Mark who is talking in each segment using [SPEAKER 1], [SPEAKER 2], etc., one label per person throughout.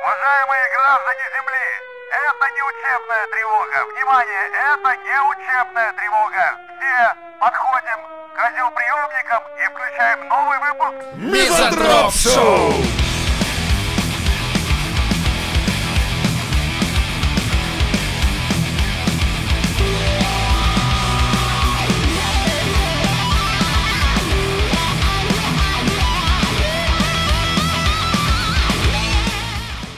[SPEAKER 1] Уважаемые граждане Земли, это не учебная тревога. Внимание, это не учебная тревога. Все подходим к радиоприемникам и включаем новый выпуск
[SPEAKER 2] Мизантроп Шоу!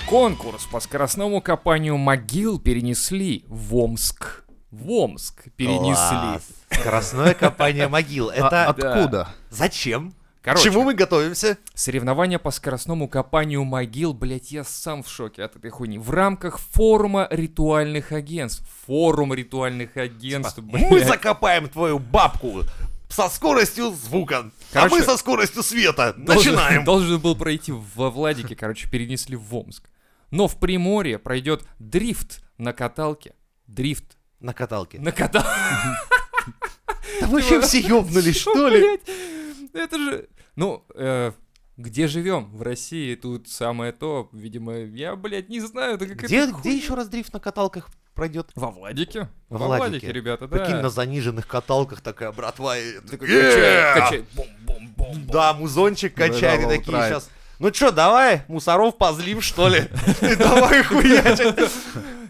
[SPEAKER 3] Конкурс по скоростному копанию могил перенесли в Омск. В Омск перенесли.
[SPEAKER 4] Класс. Скоростное копание могил. Это
[SPEAKER 2] Откуда?
[SPEAKER 4] зачем?
[SPEAKER 3] Короче.
[SPEAKER 4] К чему мы готовимся?
[SPEAKER 3] Соревнования по скоростному копанию могил, блять, я сам в шоке от этой хуйни. В рамках форума ритуальных агентств. Форум ритуальных агентств, блядь.
[SPEAKER 4] Мы закопаем твою бабку со скоростью звука,
[SPEAKER 3] Короче,
[SPEAKER 4] а мы со скоростью света.
[SPEAKER 3] Должен-
[SPEAKER 4] Начинаем.
[SPEAKER 3] Должен был пройти во Владике, короче, перенесли в Омск. Но в Приморье пройдет дрифт на каталке. Дрифт
[SPEAKER 4] На каталке.
[SPEAKER 3] на каталке.
[SPEAKER 4] Да вообще все ёбнули, Ну что ли?
[SPEAKER 3] Блядь, Это же... Ну, э, где живем? В России тут самое то. Видимо, я, блядь, не знаю. Это как
[SPEAKER 4] Где,
[SPEAKER 3] это хуй-
[SPEAKER 4] где еще раз дрифт на каталках пройдет?
[SPEAKER 3] Во Владике.
[SPEAKER 4] Во
[SPEAKER 3] Во
[SPEAKER 4] Владике.
[SPEAKER 3] Владике, ребята, да.
[SPEAKER 4] Прикинь, на заниженных каталках такая братва. и такой,
[SPEAKER 3] Качает,
[SPEAKER 4] «Е-е-е!»
[SPEAKER 3] качает. Бум-бум-бум.
[SPEAKER 4] Да, музончик качали
[SPEAKER 2] Да,
[SPEAKER 4] такие
[SPEAKER 2] лоу-трайд.
[SPEAKER 4] сейчас. Ну чё, давай, мусоров позлим, что ли? Давай хуячить.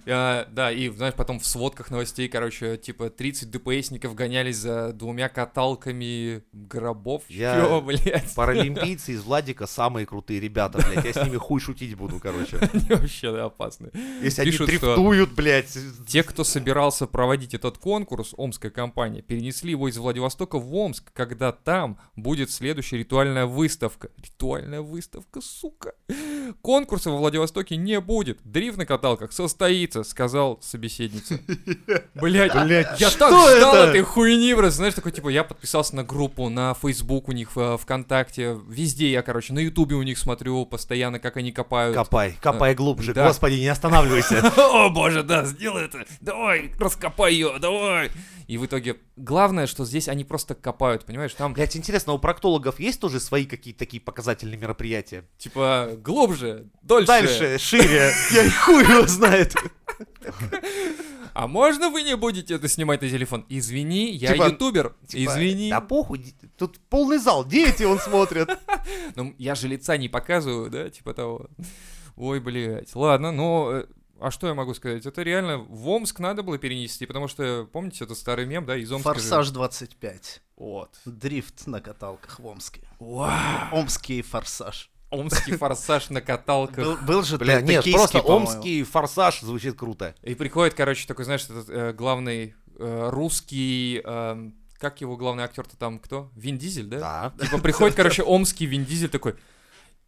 [SPEAKER 3] А, Да, и, знаешь, потом в сводках новостей, короче, типа 30 ДПСников гонялись за двумя каталками гробов.
[SPEAKER 4] Я-
[SPEAKER 3] Чё, блядь?
[SPEAKER 4] Паралимпийцы из Владика самые крутые ребята, блядь. Я с ними хуй шутить буду, короче.
[SPEAKER 3] Они вообще да, опасны.
[SPEAKER 4] Если
[SPEAKER 3] Пишут,
[SPEAKER 4] они
[SPEAKER 3] что-
[SPEAKER 4] дрифтуют, блядь.
[SPEAKER 3] Те, кто собирался проводить этот конкурс, омская компания, перенесли его из Владивостока в Омск, когда там будет следующая ритуальная выставка. Ритуальная выставка, сука. Конкурса во Владивостоке не будет. Дрифт на каталках состоится, сказал собеседница. Блять, я так
[SPEAKER 4] что
[SPEAKER 3] ждал
[SPEAKER 4] это?
[SPEAKER 3] этой хуйни, просто, знаешь, такой, типа, я подписался на группу, на Facebook у них, э, ВКонтакте, везде я, короче, на Ютубе у них смотрю постоянно, как они копают.
[SPEAKER 4] Копай, копай глубже.
[SPEAKER 3] да.
[SPEAKER 4] Господи, не останавливайся.
[SPEAKER 3] О, боже, да, сделай это. Давай, раскопай ее, давай. И в итоге, главное, что здесь они просто копают, понимаешь, там,
[SPEAKER 4] Блядь, интересно, у проктологов есть тоже свои какие-то такие показательные мероприятия?
[SPEAKER 3] типа, глубже, дольше.
[SPEAKER 4] Дальше, шире. Я и хуй его знает.
[SPEAKER 3] А можно вы не будете это снимать на телефон? Извини, я
[SPEAKER 4] Типа,
[SPEAKER 3] ютубер.
[SPEAKER 4] Типа,
[SPEAKER 3] Извини.
[SPEAKER 4] Да похуй, ди- тут полный зал, дети он смотрит.
[SPEAKER 3] Ну, я же лица не показываю, да, типа того. Ой, блядь. Ладно, но... э, А что я могу сказать? Это реально в Омск надо было перенести, потому что, помните, это старый мем, да, из Омска. же-
[SPEAKER 2] Форсаж 25.
[SPEAKER 3] Вот.
[SPEAKER 2] Дрифт на каталках в Омске.
[SPEAKER 3] Вау.
[SPEAKER 2] Омский форсаж.
[SPEAKER 3] Омский форсаж на каталках.
[SPEAKER 2] Был, был же
[SPEAKER 4] Бля,
[SPEAKER 2] та-
[SPEAKER 4] нет,
[SPEAKER 2] токийский,
[SPEAKER 4] просто
[SPEAKER 2] по-моему.
[SPEAKER 4] омский форсаж звучит круто.
[SPEAKER 3] И приходит, короче, такой, знаешь, этот э, главный э, русский, эм, как его главный актер-то там, кто? Вин Дизель, да?
[SPEAKER 4] Да.
[SPEAKER 3] Типа приходит, короче, омский Вин Дизель такой,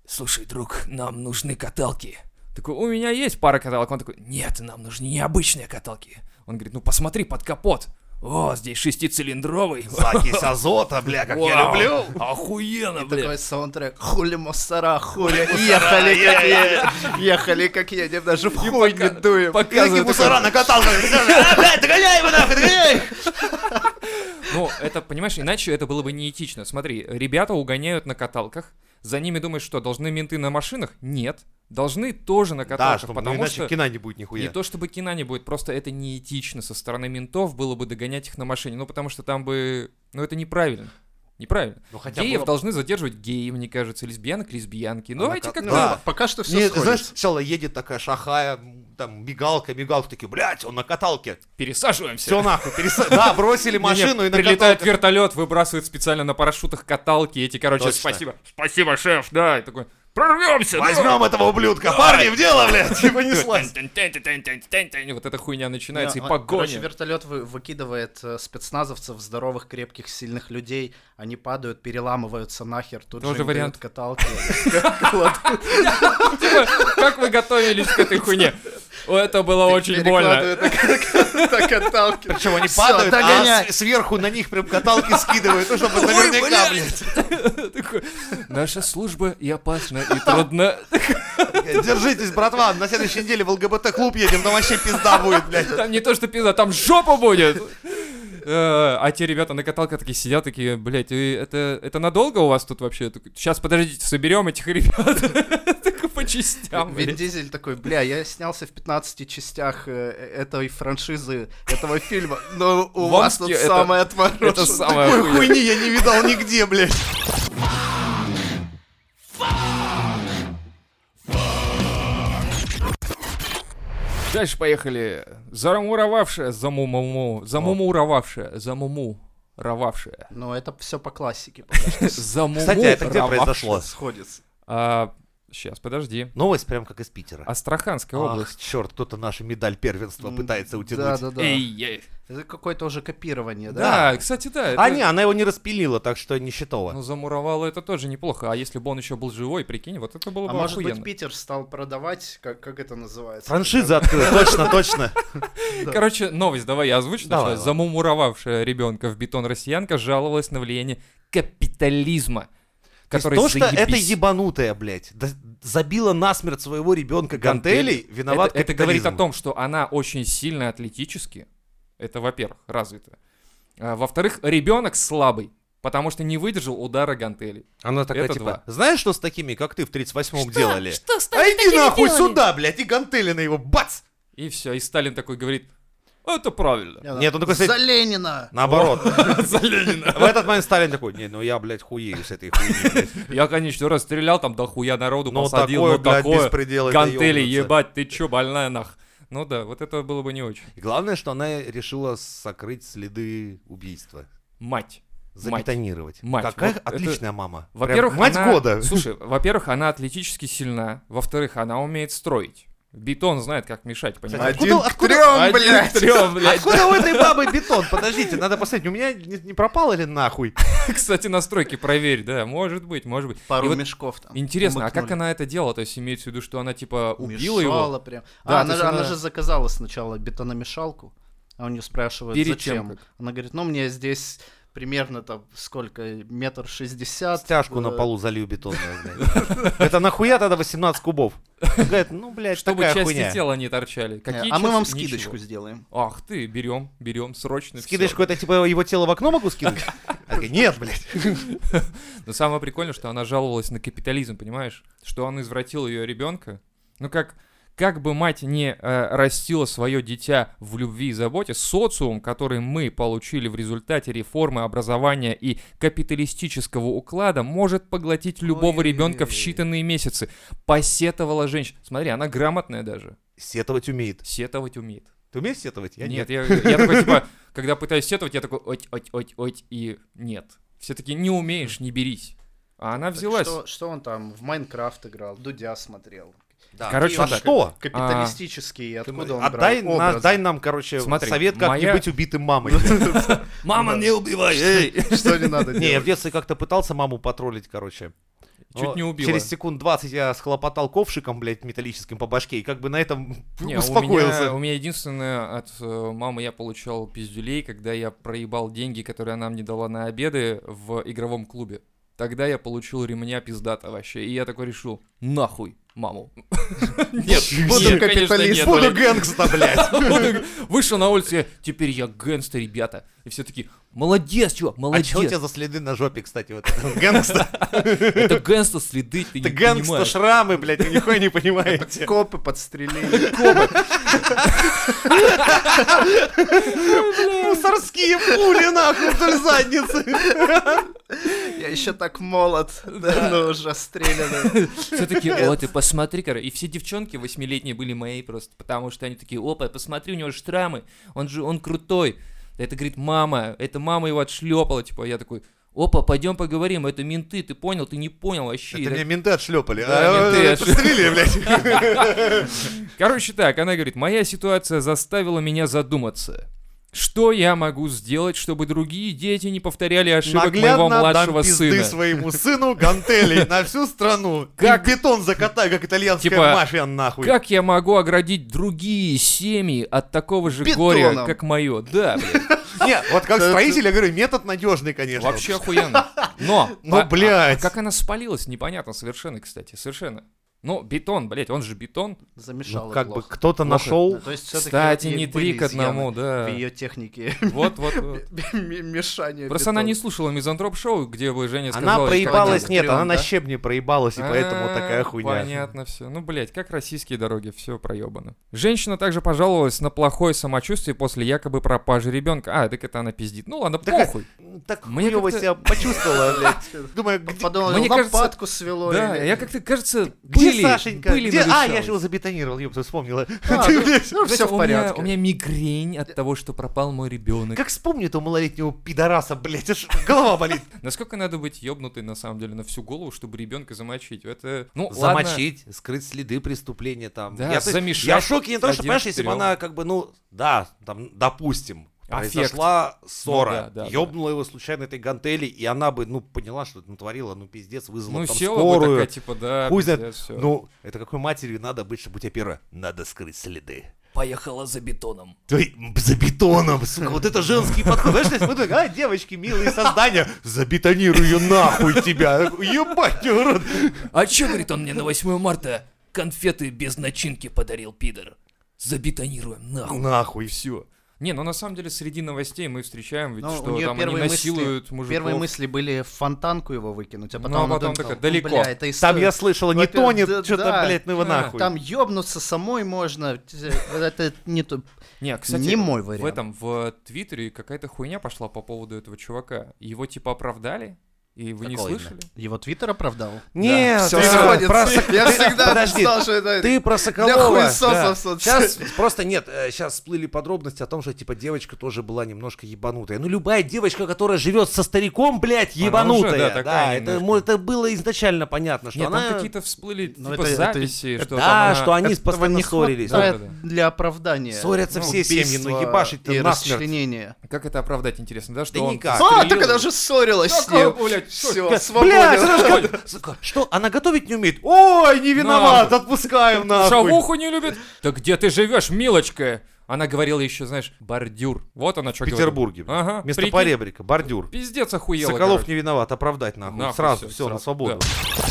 [SPEAKER 3] слушай, друг, нам нужны каталки. Такой, у меня есть пара каталок. Он такой, нет, нам нужны необычные каталки. Он говорит, ну посмотри под капот. О, здесь шестицилиндровый.
[SPEAKER 4] Закись азота, бля, как я
[SPEAKER 3] Вау,
[SPEAKER 4] люблю.
[SPEAKER 3] Охуенно,
[SPEAKER 2] Такой
[SPEAKER 3] блядь.
[SPEAKER 2] саундтрек. Хули мусора, хули. Ехали, как едем. Ехали, как едем. Даже в хуй не
[SPEAKER 4] Я такие
[SPEAKER 2] дуем.
[SPEAKER 3] Показывает такой,
[SPEAKER 4] мусора накатал. «А, блядь, Догоняй его нахуй, догоняй!
[SPEAKER 3] Ну, это, понимаешь, иначе это было бы неэтично. Смотри, ребята угоняют на каталках. За ними думаешь, что должны менты на машинах? Нет. Должны тоже на
[SPEAKER 4] Да,
[SPEAKER 3] каталках,
[SPEAKER 4] чтобы ну,
[SPEAKER 3] потому
[SPEAKER 4] иначе
[SPEAKER 3] что...
[SPEAKER 4] кино не будет нихуя.
[SPEAKER 3] Не то чтобы кино не будет, просто это неэтично со стороны ментов было бы догонять их на машине. Ну, потому что там бы... Ну, это неправильно. Неправильно.
[SPEAKER 4] Ну, хотя
[SPEAKER 3] Геев
[SPEAKER 4] было-
[SPEAKER 3] должны задерживать геи, мне кажется, лесбиянок, лесбиянки. Ну,
[SPEAKER 4] на
[SPEAKER 3] Давайте
[SPEAKER 4] кат-
[SPEAKER 3] как-то...
[SPEAKER 4] Ну Да.
[SPEAKER 2] Пока что все
[SPEAKER 4] Не, знаешь, сначала едет такая шахая, м, там, мигалка, мигалка, такие, блядь, он на каталке.
[SPEAKER 3] Пересаживаемся.
[SPEAKER 4] Все нахуй, переса- Да, бросили
[SPEAKER 3] Не-не,
[SPEAKER 4] машину и на
[SPEAKER 3] прилетает
[SPEAKER 4] каталке.
[SPEAKER 3] вертолет, выбрасывает специально на парашютах каталки. Эти, короче,
[SPEAKER 4] Точно.
[SPEAKER 3] спасибо. Спасибо, шеф, да. И такой, ну». прорвемся.
[SPEAKER 4] Возьмем этого ублюдка, парни, в дело, блядь, и понеслась.
[SPEAKER 3] Тэн-тэн-тэн-тэн-тэн-тэн. Вот эта хуйня начинается, и
[SPEAKER 2] Не, а, Короче,
[SPEAKER 3] погоня.
[SPEAKER 2] вертолет выкидывает э, спецназовцев, здоровых, крепких, сильных людей. Они падают, переламываются нахер. Тут
[SPEAKER 3] Тоже
[SPEAKER 2] же им
[SPEAKER 3] вариант.
[SPEAKER 2] дают каталки. Кладут,
[SPEAKER 3] Типа, Как вы готовились к этой хуйне? О, Это было очень больно.
[SPEAKER 2] перекладывают на- на каталки.
[SPEAKER 4] Причем они
[SPEAKER 2] Всё,
[SPEAKER 4] падают, а
[SPEAKER 2] догоняй.
[SPEAKER 4] с- сверху на них прям каталки скидывают, ну, чтобы наверняка, блядь.
[SPEAKER 3] Такой, Наша служба и опасна, и трудна.
[SPEAKER 4] Держитесь, братва, на следующей неделе в ЛГБТ-клуб едем, там вообще пизда будет, блядь.
[SPEAKER 3] Там не то, что пизда, там жопа будет. Э, А те ребята на каталке такие сидят, такие, блядь, э, это, это надолго у вас тут вообще? Сейчас, подождите, соберем этих ребят. Так по частям,
[SPEAKER 2] Вин
[SPEAKER 3] блядь.
[SPEAKER 2] Дизель такой, бля, я снялся в 15 частях э, этой франшизы, этого фильма, но у
[SPEAKER 3] В
[SPEAKER 2] вас тут
[SPEAKER 3] Омске это-
[SPEAKER 2] самое отворот.
[SPEAKER 3] Это самое охуенное.
[SPEAKER 4] Хуйни я не видал нигде, блядь.
[SPEAKER 3] Дальше поехали. Замуровавшая, замумуму, замумуровавшая, замумуровавшая.
[SPEAKER 2] Ну, это все по классике пока что
[SPEAKER 3] Замуму.
[SPEAKER 4] Кстати, а это где произошло?
[SPEAKER 2] сходится.
[SPEAKER 3] Сейчас, А, подожди.
[SPEAKER 4] Новость прям как из Питера.
[SPEAKER 3] Астраханская область.
[SPEAKER 4] Ах, черт, кто-то нашу медаль первенства пытается
[SPEAKER 2] Да,
[SPEAKER 4] утянуть.
[SPEAKER 2] да, да.
[SPEAKER 3] Эй, эй.
[SPEAKER 2] Это какое-то уже копирование, да?
[SPEAKER 3] Да, кстати, да. это-
[SPEAKER 4] А не, она его не распилила, так что не считала.
[SPEAKER 3] Ну, замуровало это тоже неплохо. А если бы он еще был живой, прикинь, вот это было бы
[SPEAKER 2] А может быть,
[SPEAKER 3] охуенно.
[SPEAKER 2] Питер стал продавать, как, как это называется?
[SPEAKER 4] Франшиза открыла, точно, точно.
[SPEAKER 3] Короче, новость, давай я озвучу.
[SPEAKER 4] Давай,
[SPEAKER 3] начинаю.
[SPEAKER 4] давай.
[SPEAKER 3] Замумуровавшая ребенка в бетон россиянка жаловалась на влияние капитализма.
[SPEAKER 4] То есть
[SPEAKER 3] Который
[SPEAKER 4] То, что это
[SPEAKER 3] заебись.
[SPEAKER 4] ебанутая, блядь, да- забила насмерть своего ребенка гантелей, виноват
[SPEAKER 3] это, это говорит о
[SPEAKER 4] капитализм.
[SPEAKER 3] том, что она очень сильно атлетически, это, во-первых, развита. А, во-вторых, ребенок слабый, потому что не выдержал удара гантелей.
[SPEAKER 4] Она такая,
[SPEAKER 3] Это
[SPEAKER 4] типа,
[SPEAKER 3] два.
[SPEAKER 4] знаешь, что с такими, как ты в 38-м делали?
[SPEAKER 5] Что с
[SPEAKER 4] А
[SPEAKER 5] тобой
[SPEAKER 4] иди
[SPEAKER 5] такими
[SPEAKER 4] нахуй
[SPEAKER 5] делали?
[SPEAKER 4] сюда, блядь, и гантели на его, бац!
[SPEAKER 3] И все, и Сталин такой говорит, это правильно.
[SPEAKER 2] Да.
[SPEAKER 4] Нет, он такой,
[SPEAKER 2] За
[SPEAKER 4] кстати,
[SPEAKER 2] Ленина!
[SPEAKER 4] Наоборот.
[SPEAKER 3] За Ленина.
[SPEAKER 4] В этот момент Сталин такой, не, ну я, блядь, хуею с этой хуйни, блядь».
[SPEAKER 3] Я, конечно, расстрелял там дохуя народу,
[SPEAKER 4] Ну
[SPEAKER 3] посадил,
[SPEAKER 4] такое,
[SPEAKER 3] ну
[SPEAKER 4] блядь,
[SPEAKER 3] такое.
[SPEAKER 4] беспредел. это
[SPEAKER 3] Гантели,
[SPEAKER 4] ёбнуться.
[SPEAKER 3] ебать, ты чё, больная нах? Ну да, вот это было бы не очень.
[SPEAKER 4] И главное, что она решила сокрыть следы убийства.
[SPEAKER 3] Мать.
[SPEAKER 4] Запетонировать.
[SPEAKER 3] Мать.
[SPEAKER 4] Какая
[SPEAKER 3] Вот это-
[SPEAKER 4] отличная мама. Прям
[SPEAKER 3] Во-первых,
[SPEAKER 4] мать
[SPEAKER 3] она-
[SPEAKER 4] года.
[SPEAKER 3] Слушай, во-первых, она атлетически сильна. Во-вторых, она умеет строить. Бетон знает, как мешать, понимаешь?
[SPEAKER 2] Один
[SPEAKER 4] откуда-
[SPEAKER 2] к трем,
[SPEAKER 3] Один
[SPEAKER 2] блядь!
[SPEAKER 3] к трём, блядь.
[SPEAKER 4] Откуда у этой бабы бетон? Подождите, надо посмотреть, у меня не, не пропало ли нахуй?
[SPEAKER 3] Кстати, настройки проверь, да, может быть, может быть. И
[SPEAKER 2] Пару
[SPEAKER 3] вот
[SPEAKER 2] мешков там.
[SPEAKER 3] Интересно, а как
[SPEAKER 2] умыкнули.
[SPEAKER 3] она это делала? То есть имеется в виду, что она типа убила
[SPEAKER 2] Мешала
[SPEAKER 3] его?
[SPEAKER 2] прям.
[SPEAKER 3] Да, то
[SPEAKER 2] а, она,
[SPEAKER 3] есть
[SPEAKER 2] же-
[SPEAKER 3] она-
[SPEAKER 2] она же заказала сначала бетономешалку, а у нее спрашивают,
[SPEAKER 3] Перед
[SPEAKER 2] зачем.
[SPEAKER 3] тем, как.
[SPEAKER 2] Она говорит, ну мне здесь примерно там сколько, метр шестьдесят.
[SPEAKER 4] Стяжку на
[SPEAKER 2] э,
[SPEAKER 4] полу залью бетонную, блядь. Это нахуя тогда 18 кубов? Говорит, ну, блядь,
[SPEAKER 3] Чтобы
[SPEAKER 4] такая
[SPEAKER 3] части
[SPEAKER 4] хуйня.
[SPEAKER 3] тела не торчали.
[SPEAKER 2] э,
[SPEAKER 3] Какие
[SPEAKER 2] а мы
[SPEAKER 3] части?
[SPEAKER 2] вам
[SPEAKER 3] Ничего.
[SPEAKER 2] скидочку сделаем.
[SPEAKER 3] Ах ты, берем, берем, срочно. всё.
[SPEAKER 4] Скидочку, это типа его тело в окно могу скинуть? Она такая, Нет, блядь.
[SPEAKER 3] Но самое прикольное, что она жаловалась на капитализм, понимаешь? Что он извратил ее ребенка. Ну как, как бы мать не э, растила свое дитя в любви и заботе, социум, который мы получили в результате реформы образования и капиталистического уклада, может поглотить любого
[SPEAKER 2] Ой.
[SPEAKER 3] ребенка в считанные месяцы. Посетовала женщина. Смотри, она грамотная даже.
[SPEAKER 4] Сетовать умеет.
[SPEAKER 3] Сетовать умеет.
[SPEAKER 4] Ты умеешь сетовать? Я
[SPEAKER 3] нет, Я, я такой, типа, когда пытаюсь сетовать, я такой, ой, ой, ой, ой, и нет. Все таки не умеешь, не берись. А она
[SPEAKER 2] Так
[SPEAKER 3] взялась.
[SPEAKER 2] Что, что он там в Майнкрафт играл, Дудя смотрел.
[SPEAKER 4] Да.
[SPEAKER 3] Короче,
[SPEAKER 4] а
[SPEAKER 3] да.
[SPEAKER 4] что?
[SPEAKER 2] Капиталистический, откуда он
[SPEAKER 4] Отдай,
[SPEAKER 2] брал
[SPEAKER 4] на-
[SPEAKER 2] образы?
[SPEAKER 4] дай нам, короче,
[SPEAKER 3] Смотри,
[SPEAKER 4] совет, как не
[SPEAKER 3] моя-
[SPEAKER 4] быть убитым мамой.
[SPEAKER 3] Мама, не убивай, эй!
[SPEAKER 2] Что не надо
[SPEAKER 4] Не, я в
[SPEAKER 2] делать?
[SPEAKER 4] детстве как-то пытался маму потроллить, короче.
[SPEAKER 3] Чуть
[SPEAKER 4] Но
[SPEAKER 3] не убила.
[SPEAKER 4] Через секунд 20 я схлопотал ковшиком, блядь, металлическим по башке, и как бы на этом
[SPEAKER 3] Не, У меня,
[SPEAKER 4] успокоился.
[SPEAKER 3] у меня единственное, от э, мамы я получал пиздюлей, когда я проебал деньги, которые она мне дала на обеды в игровом клубе. Тогда я получил ремня пиздата вообще, и я такой решил, нахуй маму. Нет,
[SPEAKER 2] Буду
[SPEAKER 3] нет, конечно,
[SPEAKER 2] капиталист,
[SPEAKER 3] нет,
[SPEAKER 4] Буду
[SPEAKER 3] блядь.
[SPEAKER 4] гэнгста, блядь.
[SPEAKER 3] Вышел на улицу, я, теперь я гэнгстер, ребята. И все таки молодец, чувак,
[SPEAKER 4] А что у тебя
[SPEAKER 3] молодец.
[SPEAKER 4] за следы на жопе, кстати, вот это? Гэнгста,
[SPEAKER 3] Это гэнгстер следы, ты не
[SPEAKER 4] это гэнгста
[SPEAKER 3] понимаешь.
[SPEAKER 4] шрамы, блядь, вы нихуя не понимаете.
[SPEAKER 2] Копы подстрелили.
[SPEAKER 4] Мусорские пули, нахуй, вдоль задницы.
[SPEAKER 2] Я еще так молод, да, но уже стреляно.
[SPEAKER 3] Все таки о, ты посмотри, короче. И все девчонки восьмилетние были мои просто, потому что они такие, опа, посмотри, у него штрамы, он же, он крутой. Это, говорит, мама, это мама его отшлепала, типа, я такой, опа, пойдем поговорим, это менты, ты понял, ты не понял вообще.
[SPEAKER 4] Это
[SPEAKER 3] Это-
[SPEAKER 4] меня менты отшлепали.
[SPEAKER 3] Да, менты отшлёпали.
[SPEAKER 4] Стрели, блядь.
[SPEAKER 3] Короче так, она говорит, моя ситуация заставила меня задуматься. Что я могу сделать, чтобы другие дети не повторяли ошибок моего
[SPEAKER 4] Наглядно
[SPEAKER 3] младшего
[SPEAKER 4] дам пизды
[SPEAKER 3] сына?
[SPEAKER 4] своему сыну гантелей на всю страну.
[SPEAKER 3] Как-
[SPEAKER 4] Как бетон закатай, как итальянская
[SPEAKER 3] Типа,
[SPEAKER 4] мафия, нахуй.
[SPEAKER 3] Как я могу оградить другие семьи от такого же горя,
[SPEAKER 2] Бетоном.
[SPEAKER 3] как мое? Да, блин,
[SPEAKER 4] Нет, вот как
[SPEAKER 2] Да,
[SPEAKER 4] строитель, я говорю, метод надежный, конечно.
[SPEAKER 3] вообще охуенно. Но,
[SPEAKER 4] Ну,
[SPEAKER 3] а- а-
[SPEAKER 4] блядь.
[SPEAKER 3] а как она спалилась, непонятно совершенно, кстати, совершенно. Ну, бетон, блядь, он же бетон.
[SPEAKER 2] Замешал
[SPEAKER 4] Ну, как бы кто-то нашел.
[SPEAKER 2] Да, ну, то есть всё-таки
[SPEAKER 3] Кстати,
[SPEAKER 2] вот ей
[SPEAKER 3] не
[SPEAKER 2] были
[SPEAKER 3] три к одному,
[SPEAKER 2] изъяны
[SPEAKER 3] да.
[SPEAKER 2] В ее технике
[SPEAKER 3] Вот, вот, вот.
[SPEAKER 2] м- мешания.
[SPEAKER 3] Просто она
[SPEAKER 2] бетона.
[SPEAKER 3] не слушала мизантроп-шоу, где бы Женя сказала...
[SPEAKER 4] Она
[SPEAKER 3] как
[SPEAKER 4] проебалась,
[SPEAKER 2] она
[SPEAKER 4] нет,
[SPEAKER 2] трём,
[SPEAKER 4] она на
[SPEAKER 2] да?
[SPEAKER 4] щебне проебалась, и поэтому
[SPEAKER 3] А,
[SPEAKER 4] такая хуйня.
[SPEAKER 3] Понятно все. Ну, блядь, как российские дороги, все проебано. Женщина также пожаловалась на плохое самочувствие после якобы пропажи ребенка. А, так это она пиздит. Ну ладно,
[SPEAKER 4] Так,
[SPEAKER 3] похуй.
[SPEAKER 4] Так
[SPEAKER 3] Мне
[SPEAKER 4] хуёво
[SPEAKER 3] как-то-
[SPEAKER 4] себя почувствовала, блядь. Думаю,
[SPEAKER 2] П-
[SPEAKER 4] где
[SPEAKER 2] Подумал,
[SPEAKER 3] Мне
[SPEAKER 2] Мне
[SPEAKER 3] кажется-
[SPEAKER 2] ну, лопатку свело.
[SPEAKER 3] Да,
[SPEAKER 2] или-
[SPEAKER 3] я как-то, кажется,
[SPEAKER 4] где
[SPEAKER 3] были,
[SPEAKER 4] Сашенька?
[SPEAKER 3] были
[SPEAKER 4] Где- А, я
[SPEAKER 3] навещалась.
[SPEAKER 4] же его забетонировал, ёпта, вспомнила.
[SPEAKER 2] А, ну, ну,
[SPEAKER 3] Знаете,
[SPEAKER 2] все в
[SPEAKER 3] у меня-
[SPEAKER 2] порядке.
[SPEAKER 3] У меня мигрень от того, что пропал мой ребенок.
[SPEAKER 4] Как вспомню этого малолетнего пидораса, блядь, аж голова болит.
[SPEAKER 3] Насколько надо быть ёбнутой, на самом деле, на всю голову, чтобы ребенка замочить? Это, ну, ладно.
[SPEAKER 4] Замочить, скрыть следы преступления там.
[SPEAKER 3] Да,
[SPEAKER 4] я, то есть,
[SPEAKER 3] замешать
[SPEAKER 4] я в шоке не то, что,
[SPEAKER 3] один
[SPEAKER 4] понимаешь, если бы
[SPEAKER 3] вперёд.
[SPEAKER 4] она как бы, ну, да, там, допустим,
[SPEAKER 3] Аффект.
[SPEAKER 4] произошла
[SPEAKER 3] да,
[SPEAKER 4] ссора,
[SPEAKER 3] Ну да, да.
[SPEAKER 4] ёбнула его случайно этой гантели, и она бы, ну, поняла, что это натворила, ну, пиздец, вызвала
[SPEAKER 3] Ну,
[SPEAKER 4] там
[SPEAKER 3] села бы
[SPEAKER 4] скорую.
[SPEAKER 3] такая, типа, да,
[SPEAKER 4] Хуй знает.
[SPEAKER 3] пиздец, всё.
[SPEAKER 4] Ну, это какой матерью надо быть, чтобы у тебя первое, надо скрыть следы.
[SPEAKER 5] Поехала за бетоном.
[SPEAKER 4] Да и за бетоном, сука, вот это женский подход. Знаешь, то есть мы так, а, девочки, милые создания, забетонирую ее нахуй тебя. Ебать, урод.
[SPEAKER 5] А чё, говорит он мне, на 8 марта конфеты без начинки подарил пидор? Забетонируем нахуй.
[SPEAKER 4] Нахуй, все.
[SPEAKER 3] Не, ну на самом деле среди новостей мы встречаем, ведь
[SPEAKER 2] Ну,
[SPEAKER 3] что
[SPEAKER 2] у нее
[SPEAKER 3] там они
[SPEAKER 2] первые
[SPEAKER 3] насилуют
[SPEAKER 2] мысли,
[SPEAKER 3] мужиков.
[SPEAKER 2] Первые мысли были в фонтанку его выкинуть, а потом,
[SPEAKER 3] Ну, а
[SPEAKER 2] она
[SPEAKER 3] потом
[SPEAKER 2] думает,
[SPEAKER 3] такая,
[SPEAKER 2] «Ну,
[SPEAKER 3] далеко».
[SPEAKER 2] бля, это
[SPEAKER 4] Там я
[SPEAKER 2] история.
[SPEAKER 4] слышал, не
[SPEAKER 2] Во-первых,
[SPEAKER 4] тонет,
[SPEAKER 2] да-
[SPEAKER 4] что-то,
[SPEAKER 2] да. э,
[SPEAKER 4] блядь, ну его
[SPEAKER 3] А,
[SPEAKER 4] нахуй.
[SPEAKER 2] Там ёбнуться самой можно. э, Это не то.
[SPEAKER 3] Не, кстати,
[SPEAKER 2] Не мой вариант.
[SPEAKER 3] в этом, в Твиттере какая-то хуйня пошла по поводу этого чувака. Его типа оправдали, и вы не
[SPEAKER 4] Какого именно?
[SPEAKER 3] слышали?
[SPEAKER 2] Его твиттер оправдал.
[SPEAKER 4] Нет,
[SPEAKER 2] Всё
[SPEAKER 4] ты-
[SPEAKER 2] сходится.
[SPEAKER 4] про Сок-
[SPEAKER 2] Я
[SPEAKER 4] ты-
[SPEAKER 2] всегда
[SPEAKER 4] подожди,
[SPEAKER 2] считал, что это...
[SPEAKER 4] Ты про
[SPEAKER 2] Для
[SPEAKER 4] Соколова.
[SPEAKER 2] хуесосов, собственно.
[SPEAKER 4] Сейчас просто нет, сейчас всплыли подробности о том, что типа девочка тоже была немножко ебанутая. Ну любая девочка, которая живет со стариком, блядь,
[SPEAKER 3] Она
[SPEAKER 4] ебанутая.
[SPEAKER 3] уже, да, такая
[SPEAKER 4] да, это,
[SPEAKER 3] немножко.
[SPEAKER 4] мо- это было изначально понятно, что
[SPEAKER 3] Нет,
[SPEAKER 4] она...
[SPEAKER 3] там какие-то всплыли
[SPEAKER 2] Ну,
[SPEAKER 3] типа
[SPEAKER 2] это- это-
[SPEAKER 3] записи, что
[SPEAKER 4] да,
[SPEAKER 3] там она-
[SPEAKER 4] что они
[SPEAKER 2] Этого
[SPEAKER 4] постоянно
[SPEAKER 2] не
[SPEAKER 4] ссорились.
[SPEAKER 2] хватает
[SPEAKER 3] Да, да,
[SPEAKER 2] для оправдания.
[SPEAKER 4] Ссорятся
[SPEAKER 3] Ну,
[SPEAKER 4] все семьи,
[SPEAKER 2] Убийства
[SPEAKER 4] ну ебашить-то
[SPEAKER 2] и
[SPEAKER 4] насмерть.
[SPEAKER 2] расчленение.
[SPEAKER 3] Как это оправдать, интересно, да? Что
[SPEAKER 4] Да
[SPEAKER 3] он
[SPEAKER 4] никак.
[SPEAKER 3] стрелил?
[SPEAKER 2] А, так она же ссорилась с
[SPEAKER 3] Так,
[SPEAKER 2] ним.
[SPEAKER 3] о, блядь,
[SPEAKER 2] Все,
[SPEAKER 4] Блядь,
[SPEAKER 2] свободен.
[SPEAKER 4] она же как- Сука, что, она готовить не умеет? Ой, не виноват, отпускаем нахуй.
[SPEAKER 3] Шавуху не любит? Да где ты живешь, милочка? Она говорила еще, знаешь, бордюр. Вот она
[SPEAKER 4] В
[SPEAKER 3] что говорила.
[SPEAKER 4] Петербурге.
[SPEAKER 3] Ага,
[SPEAKER 4] Вместо
[SPEAKER 3] прикинь.
[SPEAKER 4] поребрика, бордюр.
[SPEAKER 3] Пиздец охуела.
[SPEAKER 4] Соколов
[SPEAKER 3] короче.
[SPEAKER 4] не виноват, оправдать нахуй.
[SPEAKER 3] Нахуй
[SPEAKER 4] А, сразу,
[SPEAKER 3] всё,
[SPEAKER 4] все, на
[SPEAKER 3] сразу,
[SPEAKER 4] свободу.
[SPEAKER 3] да.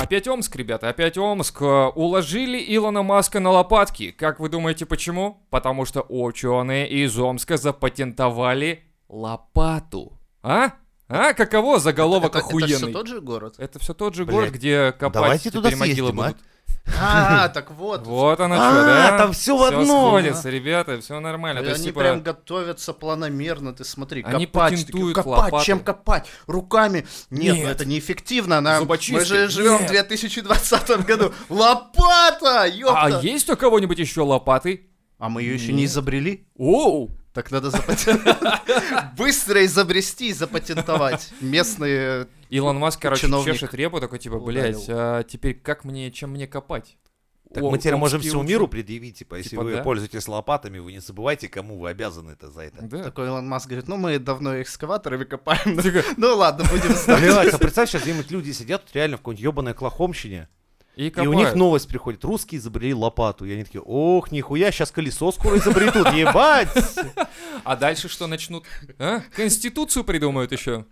[SPEAKER 3] Опять Омск, ребята, опять Омск. Э, Уложили Илона Маска на лопатки. Как вы думаете, почему? Потому что ученые из Омска запатентовали лопату. А? А? Каково заголовок
[SPEAKER 2] Это- это всё
[SPEAKER 3] охуенный?
[SPEAKER 2] тот же город.
[SPEAKER 3] Это все тот же
[SPEAKER 4] Блядь.
[SPEAKER 3] город, где копать
[SPEAKER 4] Давайте
[SPEAKER 3] теперь
[SPEAKER 4] туда
[SPEAKER 3] могилы
[SPEAKER 4] съездим, а?
[SPEAKER 3] будут.
[SPEAKER 2] А, так вот.
[SPEAKER 3] Вот она
[SPEAKER 4] А,
[SPEAKER 3] что, да?
[SPEAKER 4] там всё в
[SPEAKER 3] Всё
[SPEAKER 4] одном.
[SPEAKER 3] сходится, ребята, все нормально. То
[SPEAKER 2] Они
[SPEAKER 3] есть, типа,
[SPEAKER 2] прям готовятся планомерно, ты смотри,
[SPEAKER 3] Они
[SPEAKER 2] копать,
[SPEAKER 3] патентуют
[SPEAKER 2] такие, копать,
[SPEAKER 3] лопаты.
[SPEAKER 2] чем копать, руками. Нет,
[SPEAKER 3] Нет.
[SPEAKER 2] ну это неэффективно, нам, мы
[SPEAKER 3] Зубочисткой.
[SPEAKER 2] же живем
[SPEAKER 3] Нет.
[SPEAKER 2] в 2020 году. Лопата, ёпта!
[SPEAKER 3] а есть у кого-нибудь еще лопаты?
[SPEAKER 2] А мы ее еще не изобрели?
[SPEAKER 3] Оу!
[SPEAKER 2] Так надо запатентовать. Быстро изобрести и запатентовать. Местные...
[SPEAKER 3] Илон Маск, короче,
[SPEAKER 2] Чиновник
[SPEAKER 3] чешет репу, такой, типа,
[SPEAKER 2] ударил.
[SPEAKER 3] блядь, а теперь как мне, чем мне копать?
[SPEAKER 4] Так
[SPEAKER 3] О,
[SPEAKER 4] мы теперь можем
[SPEAKER 3] омские
[SPEAKER 4] всему
[SPEAKER 3] учё-
[SPEAKER 4] миру предъявить, типа, если
[SPEAKER 3] Типа
[SPEAKER 4] вы
[SPEAKER 3] да.
[SPEAKER 4] пользуетесь лопатами, вы не забывайте, кому вы обязаны это за это.
[SPEAKER 3] Да.
[SPEAKER 2] Такой Илон Маск говорит, ну мы давно экскаваторами копаем.
[SPEAKER 3] Тихо.
[SPEAKER 2] Ну ладно, будем знать.
[SPEAKER 4] Блядь, а представь, сейчас где-нибудь люди сидят тут реально в какой-нибудь ебаной клохомщине,
[SPEAKER 3] И
[SPEAKER 4] и у них ну
[SPEAKER 3] копают.
[SPEAKER 4] новость приходит, русские изобрели лопату. И они такие, ох, нихуя, сейчас колесо скоро изобретут, ебать!
[SPEAKER 3] А дальше что начнут? А? Конституцию придумают еще.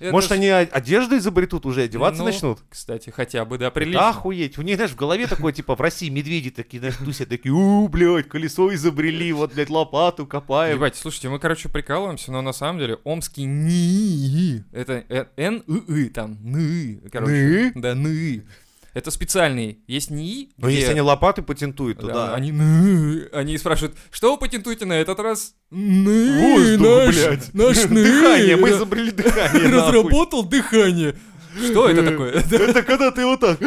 [SPEAKER 4] Может, они о- одежду изобретут уже, одеваться начнут?
[SPEAKER 3] Кстати, хотя бы, да,
[SPEAKER 4] Да,
[SPEAKER 3] Ну, прилично.
[SPEAKER 4] охуеть. У них, знаешь, в голове такое, типа, в России медведи такие, знаешь, тусят, такие, у, блядь, колесо изобрели, вот, блядь, лопату копаем.
[SPEAKER 3] Ебать, слушайте, мы, короче, прикалываемся, но на самом деле омский НИИ, это э, НИИ там, НИИ, короче.
[SPEAKER 4] НИИ?
[SPEAKER 3] Да, НИИ. Это специальный, есть НИИ, где-
[SPEAKER 4] Но Ну, если они лопаты патентуют, то
[SPEAKER 3] Да,
[SPEAKER 4] да.
[SPEAKER 3] Они, «Ны». они спрашивают, что вы патентуете на этот раз? «Ны,
[SPEAKER 4] Воздух,
[SPEAKER 3] наш-
[SPEAKER 4] блядь.
[SPEAKER 3] Наш «ны».
[SPEAKER 4] Дыхание, мы
[SPEAKER 3] Да.
[SPEAKER 4] изобрели дыхание. нахуй. Э,
[SPEAKER 3] разработал дыхание. Что это такое?
[SPEAKER 4] Это когда ты вот так.